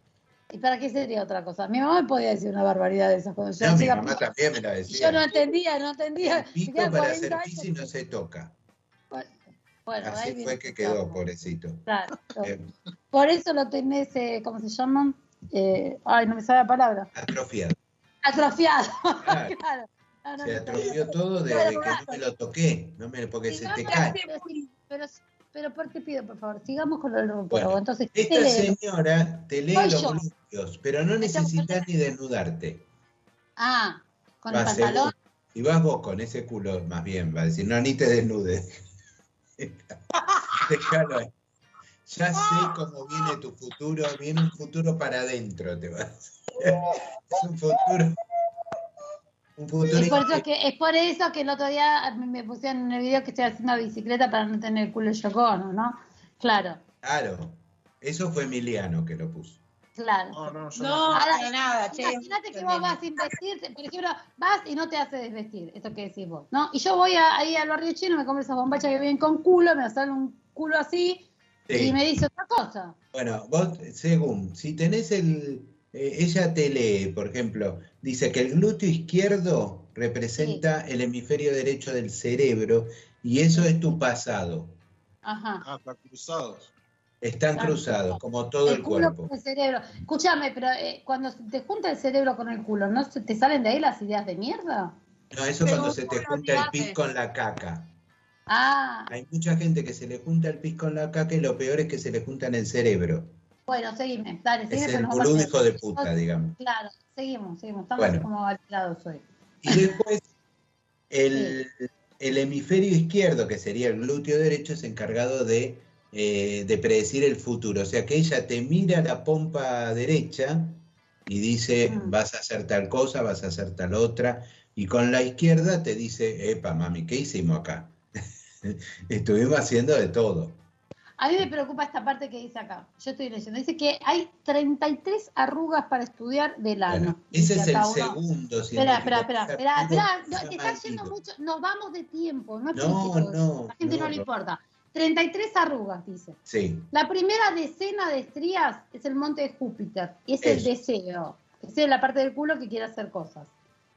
¿Y para qué sería otra cosa? Mi mamá me podía decir una barbaridad de esas cuando yo No, mi chica, mamá porque- también me la y yo decía. no entendía, no entendía. El pico Tenía para 40 hacer años. pis y no se toca. Bueno, ahí Así viene fue el que quedó, trauma. pobrecito. Claro. Eh, Por eso lo tenés, eh, ¿cómo se llama? Eh, ay, no me sabe la palabra. atrofiado. Atrofiado. Claro, claro. No, no se me salía. atrofió todo desde que no me lo toqué, no me, porque Si se no te me cae. hace bullying, Pero, pero por qué pido, por favor, sigamos con lo del romporobo. Bueno, Entonces, ¿qué Esta lees? señora te lee Soy los yo. glúteos, pero no Esta necesitas ni desnudarte. Ah, con el Vas seguro. pantalón. Y vas vos con ese culo, más bien, va a decir, no, ni te desnudes. Déjalo ahí. Ya sé cómo viene tu futuro, viene un futuro para adentro, te vas. es un futuro. Un futuro. Es por, eso que, es por eso que el otro día a mí me pusieron en el video que estoy haciendo bicicleta para no tener el culo yocono, ¿no? Claro, Claro. Eso fue Emiliano que lo puso. claro. Oh, No, no, yo No, no. Ahora, para nada, che. Imagínate que vos vas sin vestirte, por ejemplo, vas y no te hace desvestir, eso que decís vos, ¿no? Y yo voy a- ahí al barrio chino, me compro esas bombachas que vienen con culo, me sale un culo así Sí. y me dice otra cosa. Bueno, vos, según, si tenés el. eh, ella te lee, por ejemplo, dice que el glúteo izquierdo representa el hemisferio derecho del cerebro y eso es tu pasado. Ajá. Ah, está cruzados. Están Claro. cruzados, como todo el, el culo cuerpo. con el cerebro. Escúchame, pero eh, cuando se te junta el cerebro con el culo, ¿no se te salen de ahí las ideas de mierda? No, eso Pero cuando vos se te no junta el olvidate. pis con la caca. Ah, Hay mucha gente que se le junta el pis con la caca y lo peor es que se le juntan el cerebro. bueno, seguime, dale, seguime. Es pero el nos vamos boludo a- hijo de puta, digamos. Claro, seguimos, seguimos. Estamos Bueno. como alterados hoy. Y después, el, el hemisferio izquierdo, que sería el glúteo derecho, es encargado de, eh, de predecir el futuro. O sea que ella te mira la pompa derecha y dice, Mm. vas a hacer tal cosa, vas a hacer tal otra. Y con la izquierda te dice, epa, mami, ¿qué hicimos acá? Estuvimos haciendo de todo. A mí me preocupa esta parte que dice acá. Yo estoy leyendo. Dice que hay 33 arrugas para estudiar del Bueno, ano. ese Dice es el Ah, acá uno. segundo. Espera, científico. espera, espera, espera, espera, no, te está yendo Maldito. mucho, nos vamos de tiempo, no es No, político. no. la gente no, le no. importa. 33 arrugas, dice. Sí. La primera decena de estrías es el monte de Júpiter, y es el Eso. deseo, Esa es la parte del culo que quiere hacer cosas,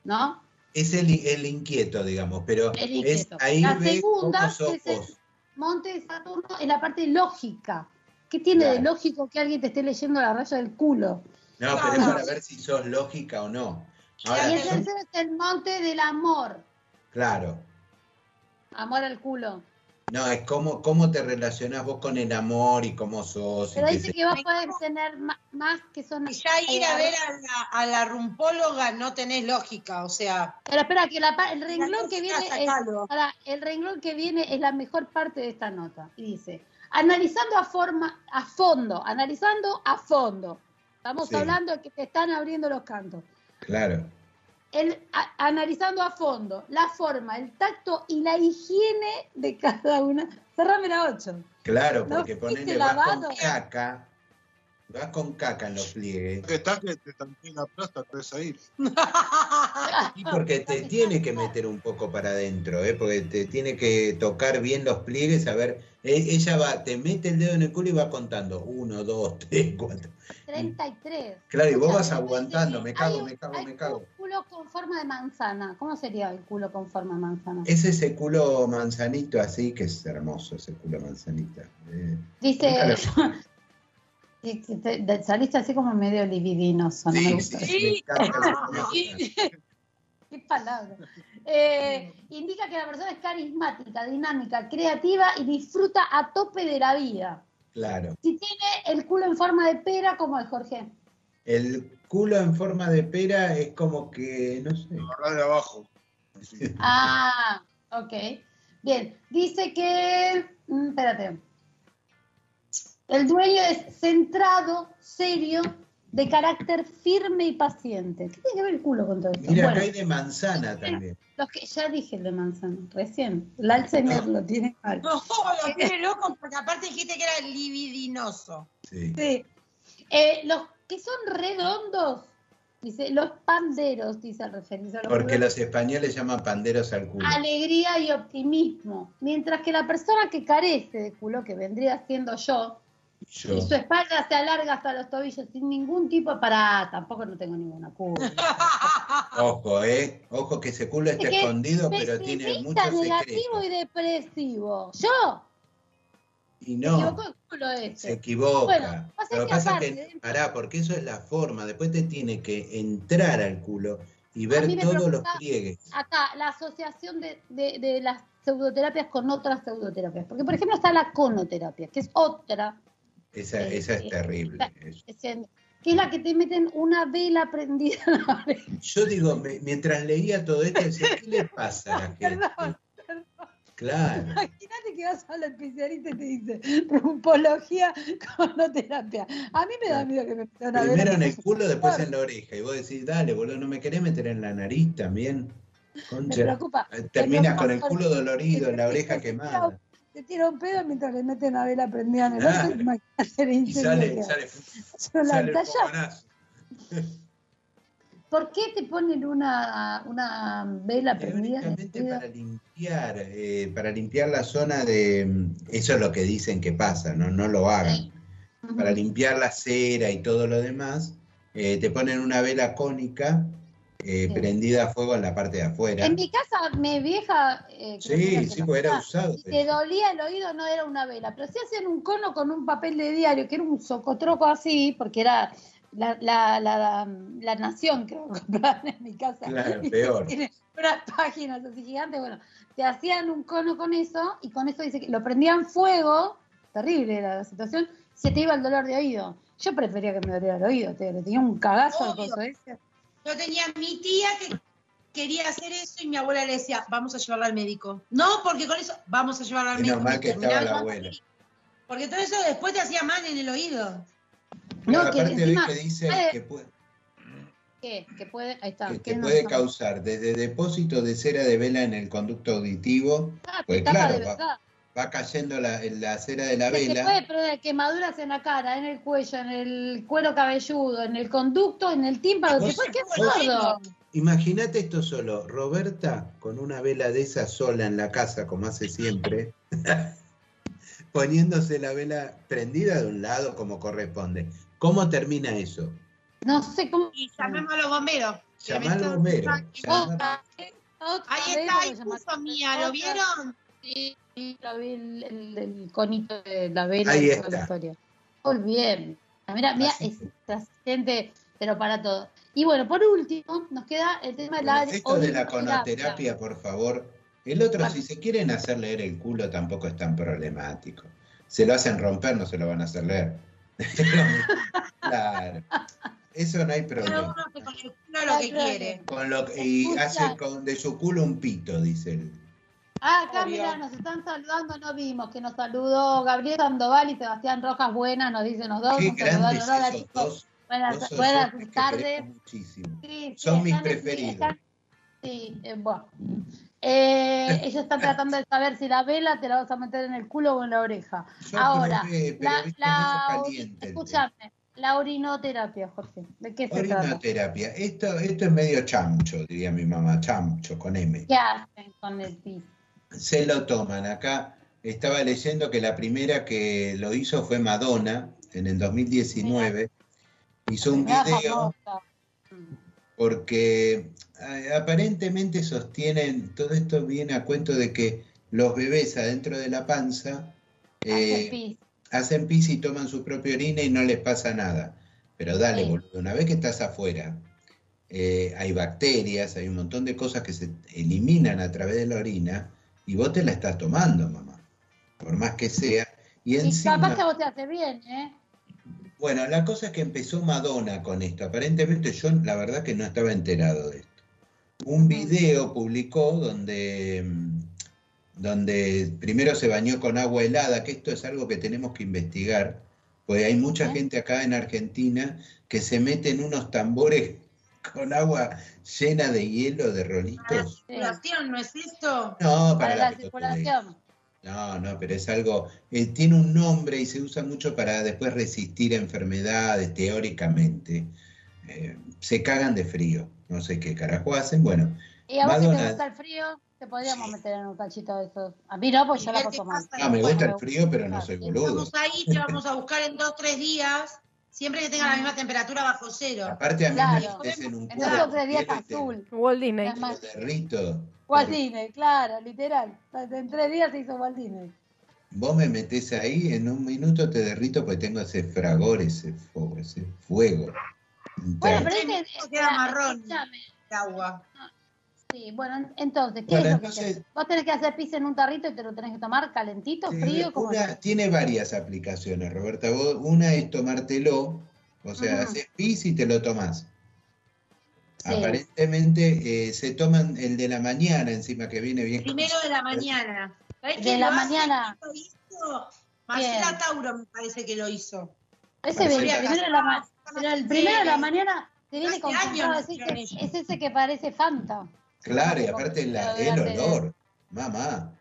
¿no? Es el, el inquieto, digamos, pero El inquieto. es ahí La ve segunda cómo sos es el- vos. Monte de Saturno es la parte lógica. ¿Qué tiene de Claro. lógico que alguien te esté leyendo la raya del culo? No, No, pero es no. para ver si sos lógica o no. Y Ahora, el yo- son- tercero es el monte del amor, claro. amor al culo. No, es cómo, cómo te relacionás vos con el amor y cómo sos. y Pero qué dice sé- que vas a poder tener ma- más que son... Y ya ir a ver a la, a la rumpóloga no tenés lógica, o sea. Pero espera, que la pa- el la renglón lógica, que viene es sacalo. Ahora, el renglón que viene es la mejor parte de esta nota. Y dice, analizando a forma, a fondo, analizando a fondo. Estamos Sí. hablando de que te están abriendo los cantos. Claro. El, a- analizando a fondo la forma, el tacto y la higiene de cada una. Cerrame la 8. Claro, No porque fuiste ponele, vas lavado. con caca, vas con caca en los pliegues, Que Estás que te estampé la plata, puedes ir. Ah, y porque te tiene que meter un poco para adentro, ¿eh? porque te tiene que tocar bien los pliegues, a ver, e- ella va, te mete el dedo en el culo y va contando, uno, dos, tres, cuatro. 33. Claro, y vos Escuchame, vas aguantando, me dice, cago, hay- me cago, hay me cago. un culo con forma de manzana. ¿Cómo sería el culo con forma de manzana? Es ese culo manzanito así, que es hermoso ese culo manzanita. Eh, nunca Dice, lo- y que te- de- saliste así como medio libidinoso. Ah, no me Sí, gusta. sí, me encanta ese culo. Qué palabra. Eh, indica que la persona es carismática, dinámica, creativa y disfruta a tope de la vida. Claro. Si tiene el culo en forma de pera, como el Jorge. El culo en forma de pera es como que, no sé. agarrá de abajo. Sí. Ah, ok. Bien, dice que. mm, Espérate. El dueño es centrado, serio, de carácter firme y paciente. ¿Qué tiene que ver el culo con todo esto? Mira, acá Bueno, hay de manzana también. los que ya dije el de manzana, recién. El Alzheimer lo tiene mal. No, lo tiene loco porque aparte dijiste que era libidinoso. Sí. Sí. Eh, los que son redondos, dice, los panderos, dice el referirse a los Porque redondos. los españoles llaman panderos al culo. Ah, alegría y optimismo. Mientras que la persona que carece de culo, que vendría siendo yo, Yo. y su espalda se alarga hasta los tobillos sin ningún tipo para tampoco no tengo ninguna culpa. Ojo, ¿eh? Ojo que ese culo está Es que escondido, pero tiene mucho Pesimista, negativo secreto. y depresivo. Yo Y me equivoco no, el culo se este. equivoca. Bueno, pasa Lo que que pasa es aparte- que, pará, porque eso es la forma. Después te tiene que entrar al culo y ver mí me todos preocupa- los pliegues. Acá, la asociación de, de- de las pseudoterapias con otras pseudoterapias. Porque, por ejemplo, está la conoterapia, que es otra Esa, Eh, esa es eh, terrible. la- eso. que se- que es la que te meten una vela prendida en la oreja. Yo digo, me- mientras leía todo esto, decía, ¿qué le pasa a la gente? Claro. Imagínate que vas al especialista y te dice rumpología conoterapia. A mí me da miedo que me metan una Primero vela. en el culo, después en la oreja. Y vos decís, dale, boludo, no me querés meter en la nariz también. Me Concha. preocupa. Eh, Terminas Me con el preocupa culo dolorido, la oreja porque- quemada. Te tira un pedo mientras le meten una vela prendida en el Claro. otro. Imagínate el Ah. Y incendio que sale, hay. sale, Yo la sale el talla- fogonazo. ¿Por qué te ponen una, una vela prendida? en el Teóricamente oído? para limpiar, eh, para limpiar la zona de... mm, Eso es lo que dicen que pasa, no, no lo hagan. Para limpiar la cera y todo lo demás, eh, te ponen una vela cónica eh, Sí. prendida a fuego en la parte de afuera. En mi casa, mi vieja. eh, que tenía Sí, que sí, pues era laburar, usado. Si te dolía el oído, no era una vela, pero sí hacían un cono con un papel de diario, que era un socotroco así, porque era la, la, la, la nación que compraban en mi casa. Claro, Y peor. Tiene unas páginas así gigantes, bueno, te hacían un cono con eso y con eso dice que lo prendían fuego, terrible era la situación, se te iba el dolor de oído. Yo prefería que me doliera el oído, te, le tenía un cagazo al Obvio. coso ese. Yo tenía a mi tía que quería hacer eso y mi abuela le decía, vamos a llevarla al médico. No, porque con eso, vamos a llevarla al Menos médico. mal Y que estaba terminaba la llevando al abuela. médico. Porque todo eso después te hacía mal en el oído. No, No, que aparte ves encima- que dice eh, que puede, ¿Qué? Que puede, ahí está. que ¿qué te no puede son? causar desde depósito de cera de vela en el conducto auditivo, Ah, te pues tapa de claro, va- verdad. va cayendo la, la cera de la Que se vela. puede producir quemaduras en la cara, en el cuello, en el cuero cabelludo, en el conducto, en el tímpano. Vos- Te puede quedar vos- sordo. Imagínate esto solo, Roberta con una vela de esa sola en la casa, como hace siempre, poniéndose la vela prendida de un lado como corresponde. ¿Cómo termina eso? No sé cómo. Y llamemos a los bomberos. que me Llamar al están- bombero. llamar- Otra vez, otra Ahí vez está, ahí lo llamaste. puso mía, ¿lo Otra- vieron? Sí, sí, lo vi el, el- el conito de la vela Ahí y toda está. la historia. Muy bien. Mira, mira, Así es trascendente, pero para todo. Y bueno, por último, nos queda el tema de la Bueno, esto de la auriculoterapia. conoterapia, por favor. El otro, Vale. si se quieren hacer leer el culo, tampoco es tan problemático. Se lo hacen romper, no se lo van a hacer leer. claro. Eso no hay Pero problema. uno que con el culo lo que Claro. quiere. Con lo, y Escucha. hace con, de su culo un pito, dice el. Ah, acá Obvio. mirá, nos están saludando, no vimos, que nos saludó Gabriel Sandoval y Sebastián Rojas, buenas, nos dicen los dos, Qué nos saludaron, grandes hola, esos chicos, dos. buenas, dos buenas oyentes que tardes. queremos muchísimo. Sí, sí, Son mis están- preferidos. están- sí, eh, bueno. Eh, ellos están tratando de saber si la vela te la vas a meter en el culo o en la oreja. Yo Ahora, probé, pero La, viste, la, no es ori- caliente el escúchame, la orinoterapia, Jorge, ¿de qué se trata? Orinoterapia. Esto, esto es medio chancho, diría mi mamá, chancho con M. ¿Qué hacen con el pis? Se lo toman. Acá estaba leyendo que la primera que lo hizo fue Madonna en el 2019. Hizo un Mirá, video famosa. porque eh, aparentemente sostienen, todo esto viene a cuento de que los bebés adentro de la panza Hace eh, pis. hacen pis y toman su propia orina y no les pasa nada. Pero dale, Sí. boludo, una vez que estás afuera, eh, hay bacterias, hay un montón de cosas que se eliminan a través de la orina y vos te la estás tomando, mamá. Por más que sea, Y Y capaz que a encima, vos te hace bien, ¿eh? bueno, la cosa es que empezó Madonna con esto. Aparentemente yo la verdad que no estaba enterado de esto. Un video publicó donde, mm, donde primero se bañó con agua helada, que esto es algo que tenemos que investigar, porque hay mucha Ajá. gente acá en Argentina que se mete en unos tambores con agua llena de hielo, de rolitos. Sí. Circulación, ¿no es esto? No, Ah, Para la que te circulación. No, no, pero es algo, eh, tiene un nombre y se usa mucho para después resistir a enfermedades, teóricamente. Eh, se cagan de frío, no sé qué carajo hacen. Bueno, Y a vos si te Madonna- gusta el frío, te podríamos meter en un cachito de eso. A mí no, pues yo la Ver qué paso mal. pasa no, Ah, me después. gusta el frío, pero no soy boludo. Estamos ahí, te vamos a buscar en dos, tres días, siempre que tenga la misma temperatura bajo cero. Aparte a mí me Claro. metes en un Entonces cubo otro día de está hielo y azul. Walt Disney. te- te lo derrito. Walt Disney, claro, literal. En tres días se hizo Walt Disney. Vos me metés ahí, en un minuto te derrito porque tengo ese fragor, ese fuego, ese fuego. Bueno, interno. pero Este este mismo queda marrón. escúchame. El agua. Sí, bueno, entonces, ¿qué Bueno, es lo que entonces- tenés? Vos tenés que hacer pis en un tarrito y te lo tenés que tomar calentito, Sí, frío, como una- tiene varias aplicaciones, Roberta. Vos- una es tomártelo, o sea, Ajá. haces pis y te lo tomás. Sí. Aparentemente eh, se toman el de la mañana encima que viene bien. Primero de la mañana. ¿Sabés de quién la lo hace? mañana. ¿Quién lo hizo? Marcela ¿Quién? Tauro me parece que lo hizo. Ese viene Marcela. primero de la mañana. Pero el primero de la mañana te viene Hace con años decir hicieron que eso. es ese que parece Fanta. Claro, y aparte la- el Durante- olor. Mamá,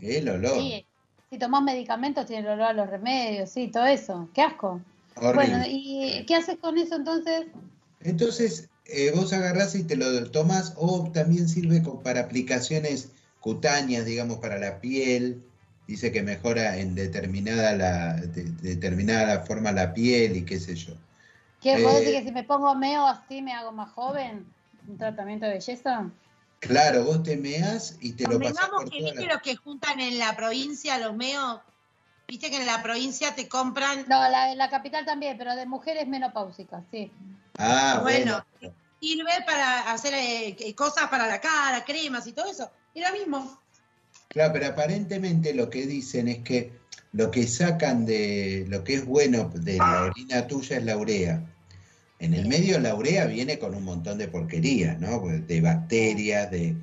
el olor. Sí. Si tomás medicamentos tiene el olor a los remedios, sí, todo eso. Qué asco. Horrible. Bueno, ¿y qué haces con eso entonces? Entonces, eh, vos agarrás y te lo tomás, o también sirve co- para aplicaciones cutáneas, digamos, para la piel. Dice que mejora en determinada, la, de- determinada forma la piel y qué sé yo. ¿Qué vos Eh, decís que si me pongo meo así me hago más joven? ¿Un tratamiento de belleza? Claro, vos te meás y te lo pasás Convengamos por que toda viste la- los que juntan en la provincia, los meos, viste que en la provincia te compran, No, la, la capital también, pero de mujeres menopáusicas, sí. Ah, bueno. bueno, sirve para hacer eh, que- cosas para la cara, cremas y todo eso. Y lo mismo. Claro, pero aparentemente lo que dicen es que lo que sacan de lo que es bueno de la orina tuya es la urea. En el medio la urea viene con un montón de porquerías, ¿no? Pues De bacterias, de...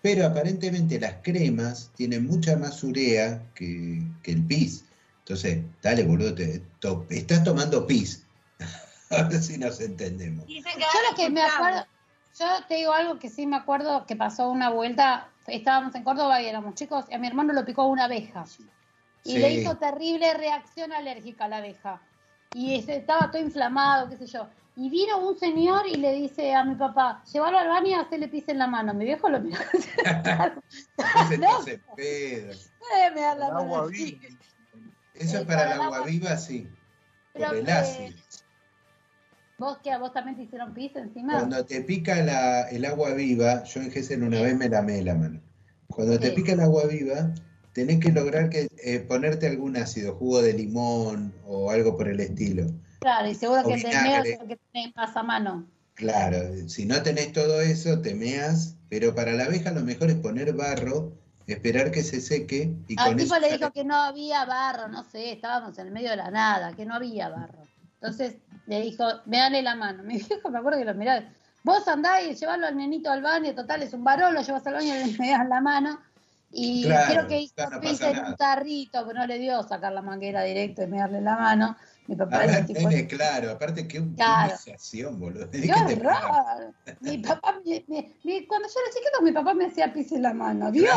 Pero aparentemente las cremas tienen mucha más urea que, que el pis. Entonces, dale, boludo, te- to- estás tomando pis. A ver si nos entendemos. Dicen que Yo lo que me acuerdo, yo te digo algo que sí me acuerdo que pasó una vuelta, estábamos en Córdoba y éramos chicos, y a mi hermano lo picó una abeja. Y Sí. le hizo terrible reacción alérgica a la abeja. Y ese- estaba todo inflamado, qué sé yo. Y vino un señor y le dice a mi papá, llévalo al baño y hacerle pis en la mano. Mi viejo lo miró, Entonces, entonces, pedo. Eh, me da la El mano agua así. viva. Eso Eh, es para para el la- agua viva, sí. Pero Por el que- ácido. ¿Vos que a vos también te hicieron pis encima? Cuando te pica la- el agua viva, yo en Gessel una Sí. vez me lamé la mano. Cuando te Sí. pica el agua viva, tenés que lograr que eh, ponerte algún ácido, jugo de limón o algo por el estilo. Claro, y seguro o que el del meo es vinagre. el que tenés más a mano. Claro, si no tenés todo eso, te meas, pero para la abeja lo mejor es poner barro, esperar que se seque y Al con Ah, tipo eso le dijo que no había barro, no sé, estábamos en el medio de la nada, que no había barro. Entonces le dijo, me dale la mano. Mi viejo me acuerdo que lo miraba, vos andá y llevarlo al nenito al baño, total, es un varón, lo llevas al baño y le das la mano. Y Claro, creo que hizo ya no pis pasa en un nada. tarrito, pero no le dio sacar la manguera directo y me darle la mano. Mi papá A era ver, tipo, nene, claro, aparte que un- qué Claro. humillación, boludo. ¡Qué que te pongan- horror! Mi papá, me- me- me- cuando yo era chiquito, mi papá me hacía pis en la mano. ¡Dios!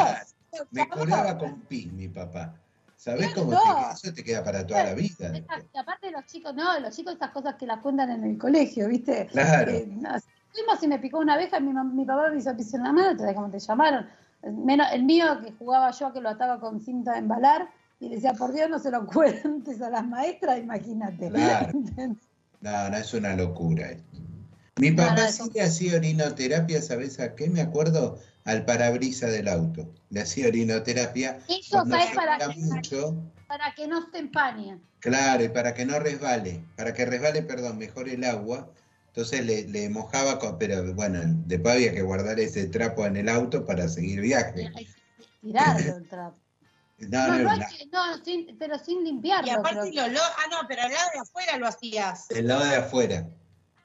Claro, Me por curaba favor. con pis, mi papá. ¿Sabés Claro, cómo no. te queda? Eso te queda para toda la vida. después. Esa- aparte de los chicos, no, los chicos esas cosas que las cuentan en el colegio, ¿viste? Claro. Eh, no, fuimos y me picó una abeja, mi, mam- mi papá me hizo pis en la mano, te cómo te llamaron. Menos el mío que jugaba yo, que lo ataba con cinta de embalar, y decía, por Dios, no se lo cuentes a las maestras, imagínate. Claro. No, no, es una locura esto. Mi No, no, papá es sí le hacía orinoterapia, ¿sabes a qué? Me acuerdo al parabrisa del auto. Le hacía orinoterapia. Eso, cuando ¿sabes se para tira qué? mucho, Para que no se empañe. claro, y para que no resbale, para que resbale, perdón, mejor el agua. Entonces le, le mojaba, con- pero bueno, después había que guardar ese trapo en el auto para seguir viaje. Hay que tirarlo el trapo. No, No, no, no hay la- que- no, sin- pero sin Y limpiarlo. aparte creo que. el olor, ah no, pero al lado de afuera lo hacías. del lado de afuera.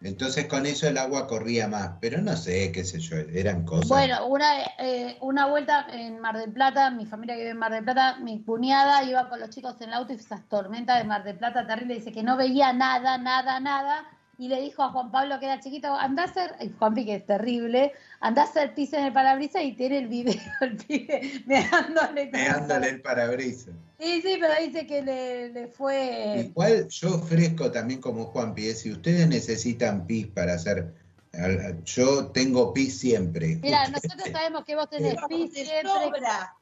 Entonces con eso el agua corría más, pero no sé, qué sé yo, eran cosas. Bueno, una, eh, una vuelta en Mar del Plata, mi familia que vive en Mar del Plata, mi cuñada iba con los chicos en el auto y esas tormentas de Mar del Plata terrible, dice que no veía nada, nada, nada, y le dijo a Juan Pablo que era chiquito, andá a hacer, y Juanpi que es terrible, andá a hacer pis en el parabrisas y tiene el video, el pibe, meándole. con- Pegándole el parabrisas. Sí, sí, pero dice que le, le fue... Igual yo ofrezco también como Juan Pie, si ustedes necesitan pis para hacer, al- yo tengo pis siempre. Mira, nosotros sabemos que vos tenés pis Te siempre, sobra.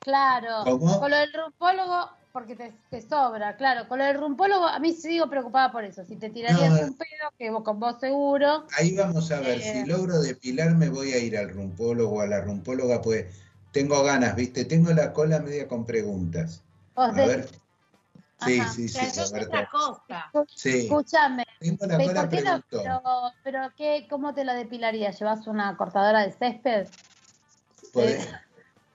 Claro. ¿Cómo? Con lo del rumpólogo, porque te, te sobra, claro. Con lo del rumpólogo, a mí sigo preocupada por eso. Si te tirarías No. un pedo, que vos con vos seguro. Ahí vamos a ver, Eh. si logro depilarme voy a ir al rumpólogo o a la rumpóloga, pues tengo ganas, ¿viste? Tengo la cola media con preguntas. Vos A de- ver. Sí, Ajá. sí, O sea, sí, eso es Roberto. otra cosa. Sí, Escuchame, tengo la ¿por cola qué no? preguntona. Pero, pero ¿qué, ¿cómo te la depilarías? ¿Llevas una cortadora de césped Podés- eh,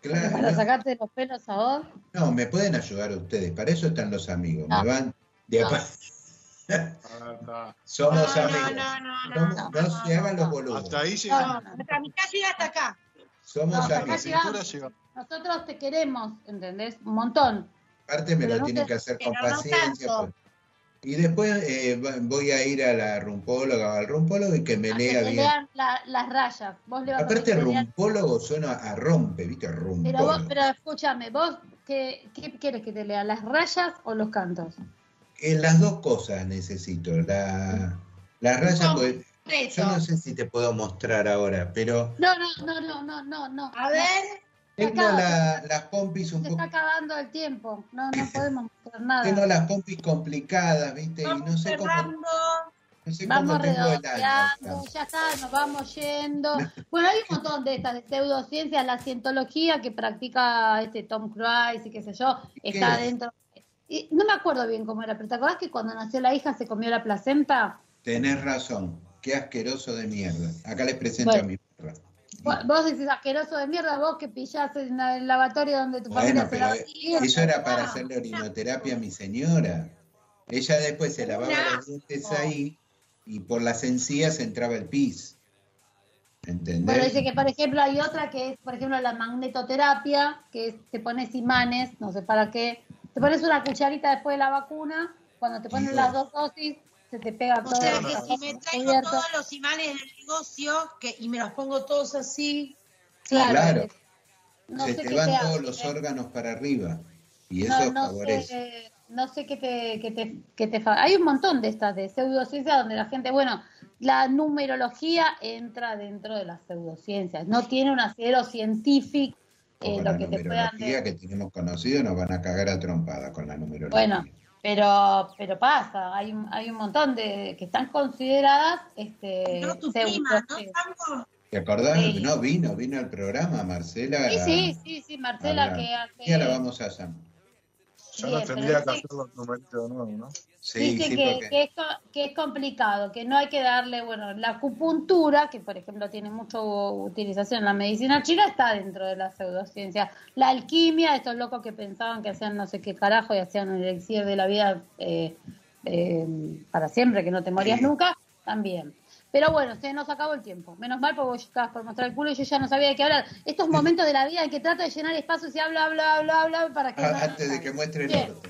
Claro, para no, sacarte los pelos a vos? no, me pueden ayudar ustedes, para eso están los amigos, No. me van de a No. pa- Ah, está. Somos No, amigos. no, no, no, No, no. Ah. no se hagan los boludos. Hasta ahí No, llegamos. no, no. Nuestra amistad llega hasta acá. Somos No, La amigos. acá llegamos. cintura llegamos. Nosotros te queremos, ¿entendés? Un montón. Aparte me Pero lo no tienen te- que hacer con pero no paciencia. tanto. pues. Y después eh, va- voy a ir a la rumpóloga o al rumpólogo y que me A que lea te bien. lean la- las rayas. Vos le vas a Aparte, tener que leer- rumpólogo suena a rompe, ¿viste? Pero, vos, Rumpólogo. pero escúchame, vos, ¿qué, ¿qué querés que te lea? ¿Las rayas o los cantos? Eh, las dos cosas necesito. La, la raya, No, pues, yo Eso. no sé si te puedo mostrar ahora, pero No, no, no, no, no, no, no. A ver, tengo acabo, la- las pompis Se un está poco. acabando el tiempo. No, no podemos mostrar nada. Tengo las pompis complicadas, ¿viste? Y no vamos sé cómo, cerrando. no sé cómo Vamos tengo el redondeando, año. ya está, nos vamos yendo. Bueno, hay un montón de estas de pseudociencias, la cientología que practica este Tom Cruise y qué sé yo, ¿Y qué está es? dentro. Y no me acuerdo bien cómo era, pero ¿te acordás que cuando nació la hija se comió la placenta? Tenés razón. Qué asqueroso de mierda. Acá les presento Bueno. a mi perra. Vos vos decís asqueroso de mierda, vos que pillás en la- el lavatorio donde tu Bueno, familia se pero eh, lava. siguiendo, eso era para no, hacerle orinoterapia a mi señora. Ella después se lavaba Nah. los dientes ahí y por las encías entraba el pis. ¿Entendés? Bueno, dice que, por ejemplo, hay otra que es, por ejemplo, la magnetoterapia, que es, te pones imanes, no sé para qué. Te pones una cucharita después de la vacuna, cuando te ponen Dios. las dos dosis, se te pega O todo. sea el que brazo si me traigo abierto. todos los imanes del negocio que, y me los pongo todos así, Claro. Eh, No se sé te qué van te todos hace. los órganos para arriba. Y eso No, no favorece. sé, no sé qué te, qué te, qué te fa- Hay un montón de estas de pseudociencias donde la gente, bueno, la numerología entra dentro de las pseudociencias. No tiene un acero científico eh, con lo la que te numerología puedan decir. que tenemos conocido nos van a cagar a trompadas con la numerología. Bueno, pero, pero pasa, hay, un- hay un montón de que están consideradas este, no tu pseudo- prima, ¿no? Tango, ¿Te acordás? Sí. No, vino, vino al programa, Marcela. Sí, sí, sí, sí, Marcela Habla. que hace... Ya Ah, la vamos a llamar. Ya no Bien, tendría pero que sí. hacer los numeritos de nuevo, ¿no? Sí, Dice sí, que, porque- que es, co- que es complicado, que no hay que darle, bueno, la acupuntura, que por ejemplo tiene mucha utilización en la medicina china, está dentro de la pseudociencia. La alquimia, estos locos que pensaban que hacían no sé qué carajo y hacían el elixir de la vida eh, eh, para siempre, que no te morías Sí. nunca, también. Pero bueno, se nos acabó el tiempo. Menos mal porque vos estabas por mostrar el culo y yo ya no sabía de qué hablar. Estos momentos de la vida en que trato de llenar espacios y habla, habla, habla, habla para que... Ah, no- no antes de que salga. muestre el Bien. orto.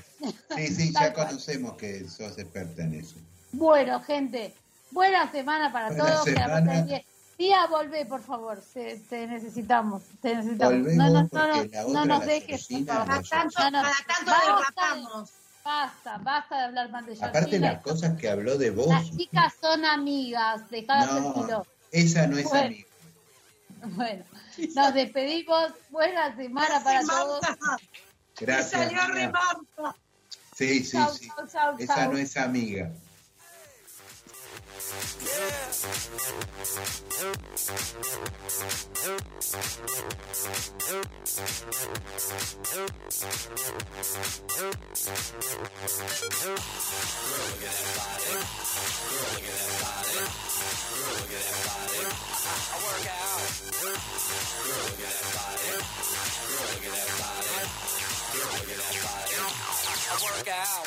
Sí, sí, Tal ya cual. conocemos que sos experta en eso. Bueno, gente, buena semana para Buena todos. Que la semana. pasen bien. Tía, volvé, por favor. se- te necesitamos. Te necesitamos. Volvemos no, no, no, porque no, la no otra, nos la dejes. por Georgina, favor. la para tanto, No, no. para tanto Basta, derrapamos. basta, basta de hablar más de Aparte Georgina. las cosas que habló de vos, Las chicas son amigas. Dejad No. tranquilo. esa no es Bueno. amiga. Bueno, nos despedimos. Buena semana para Sí, todos. Marta, me Gracias. salió amiga. re Marta. sí, sí, Chau, sí. chau, chau, Esa chau. no es amiga. work out.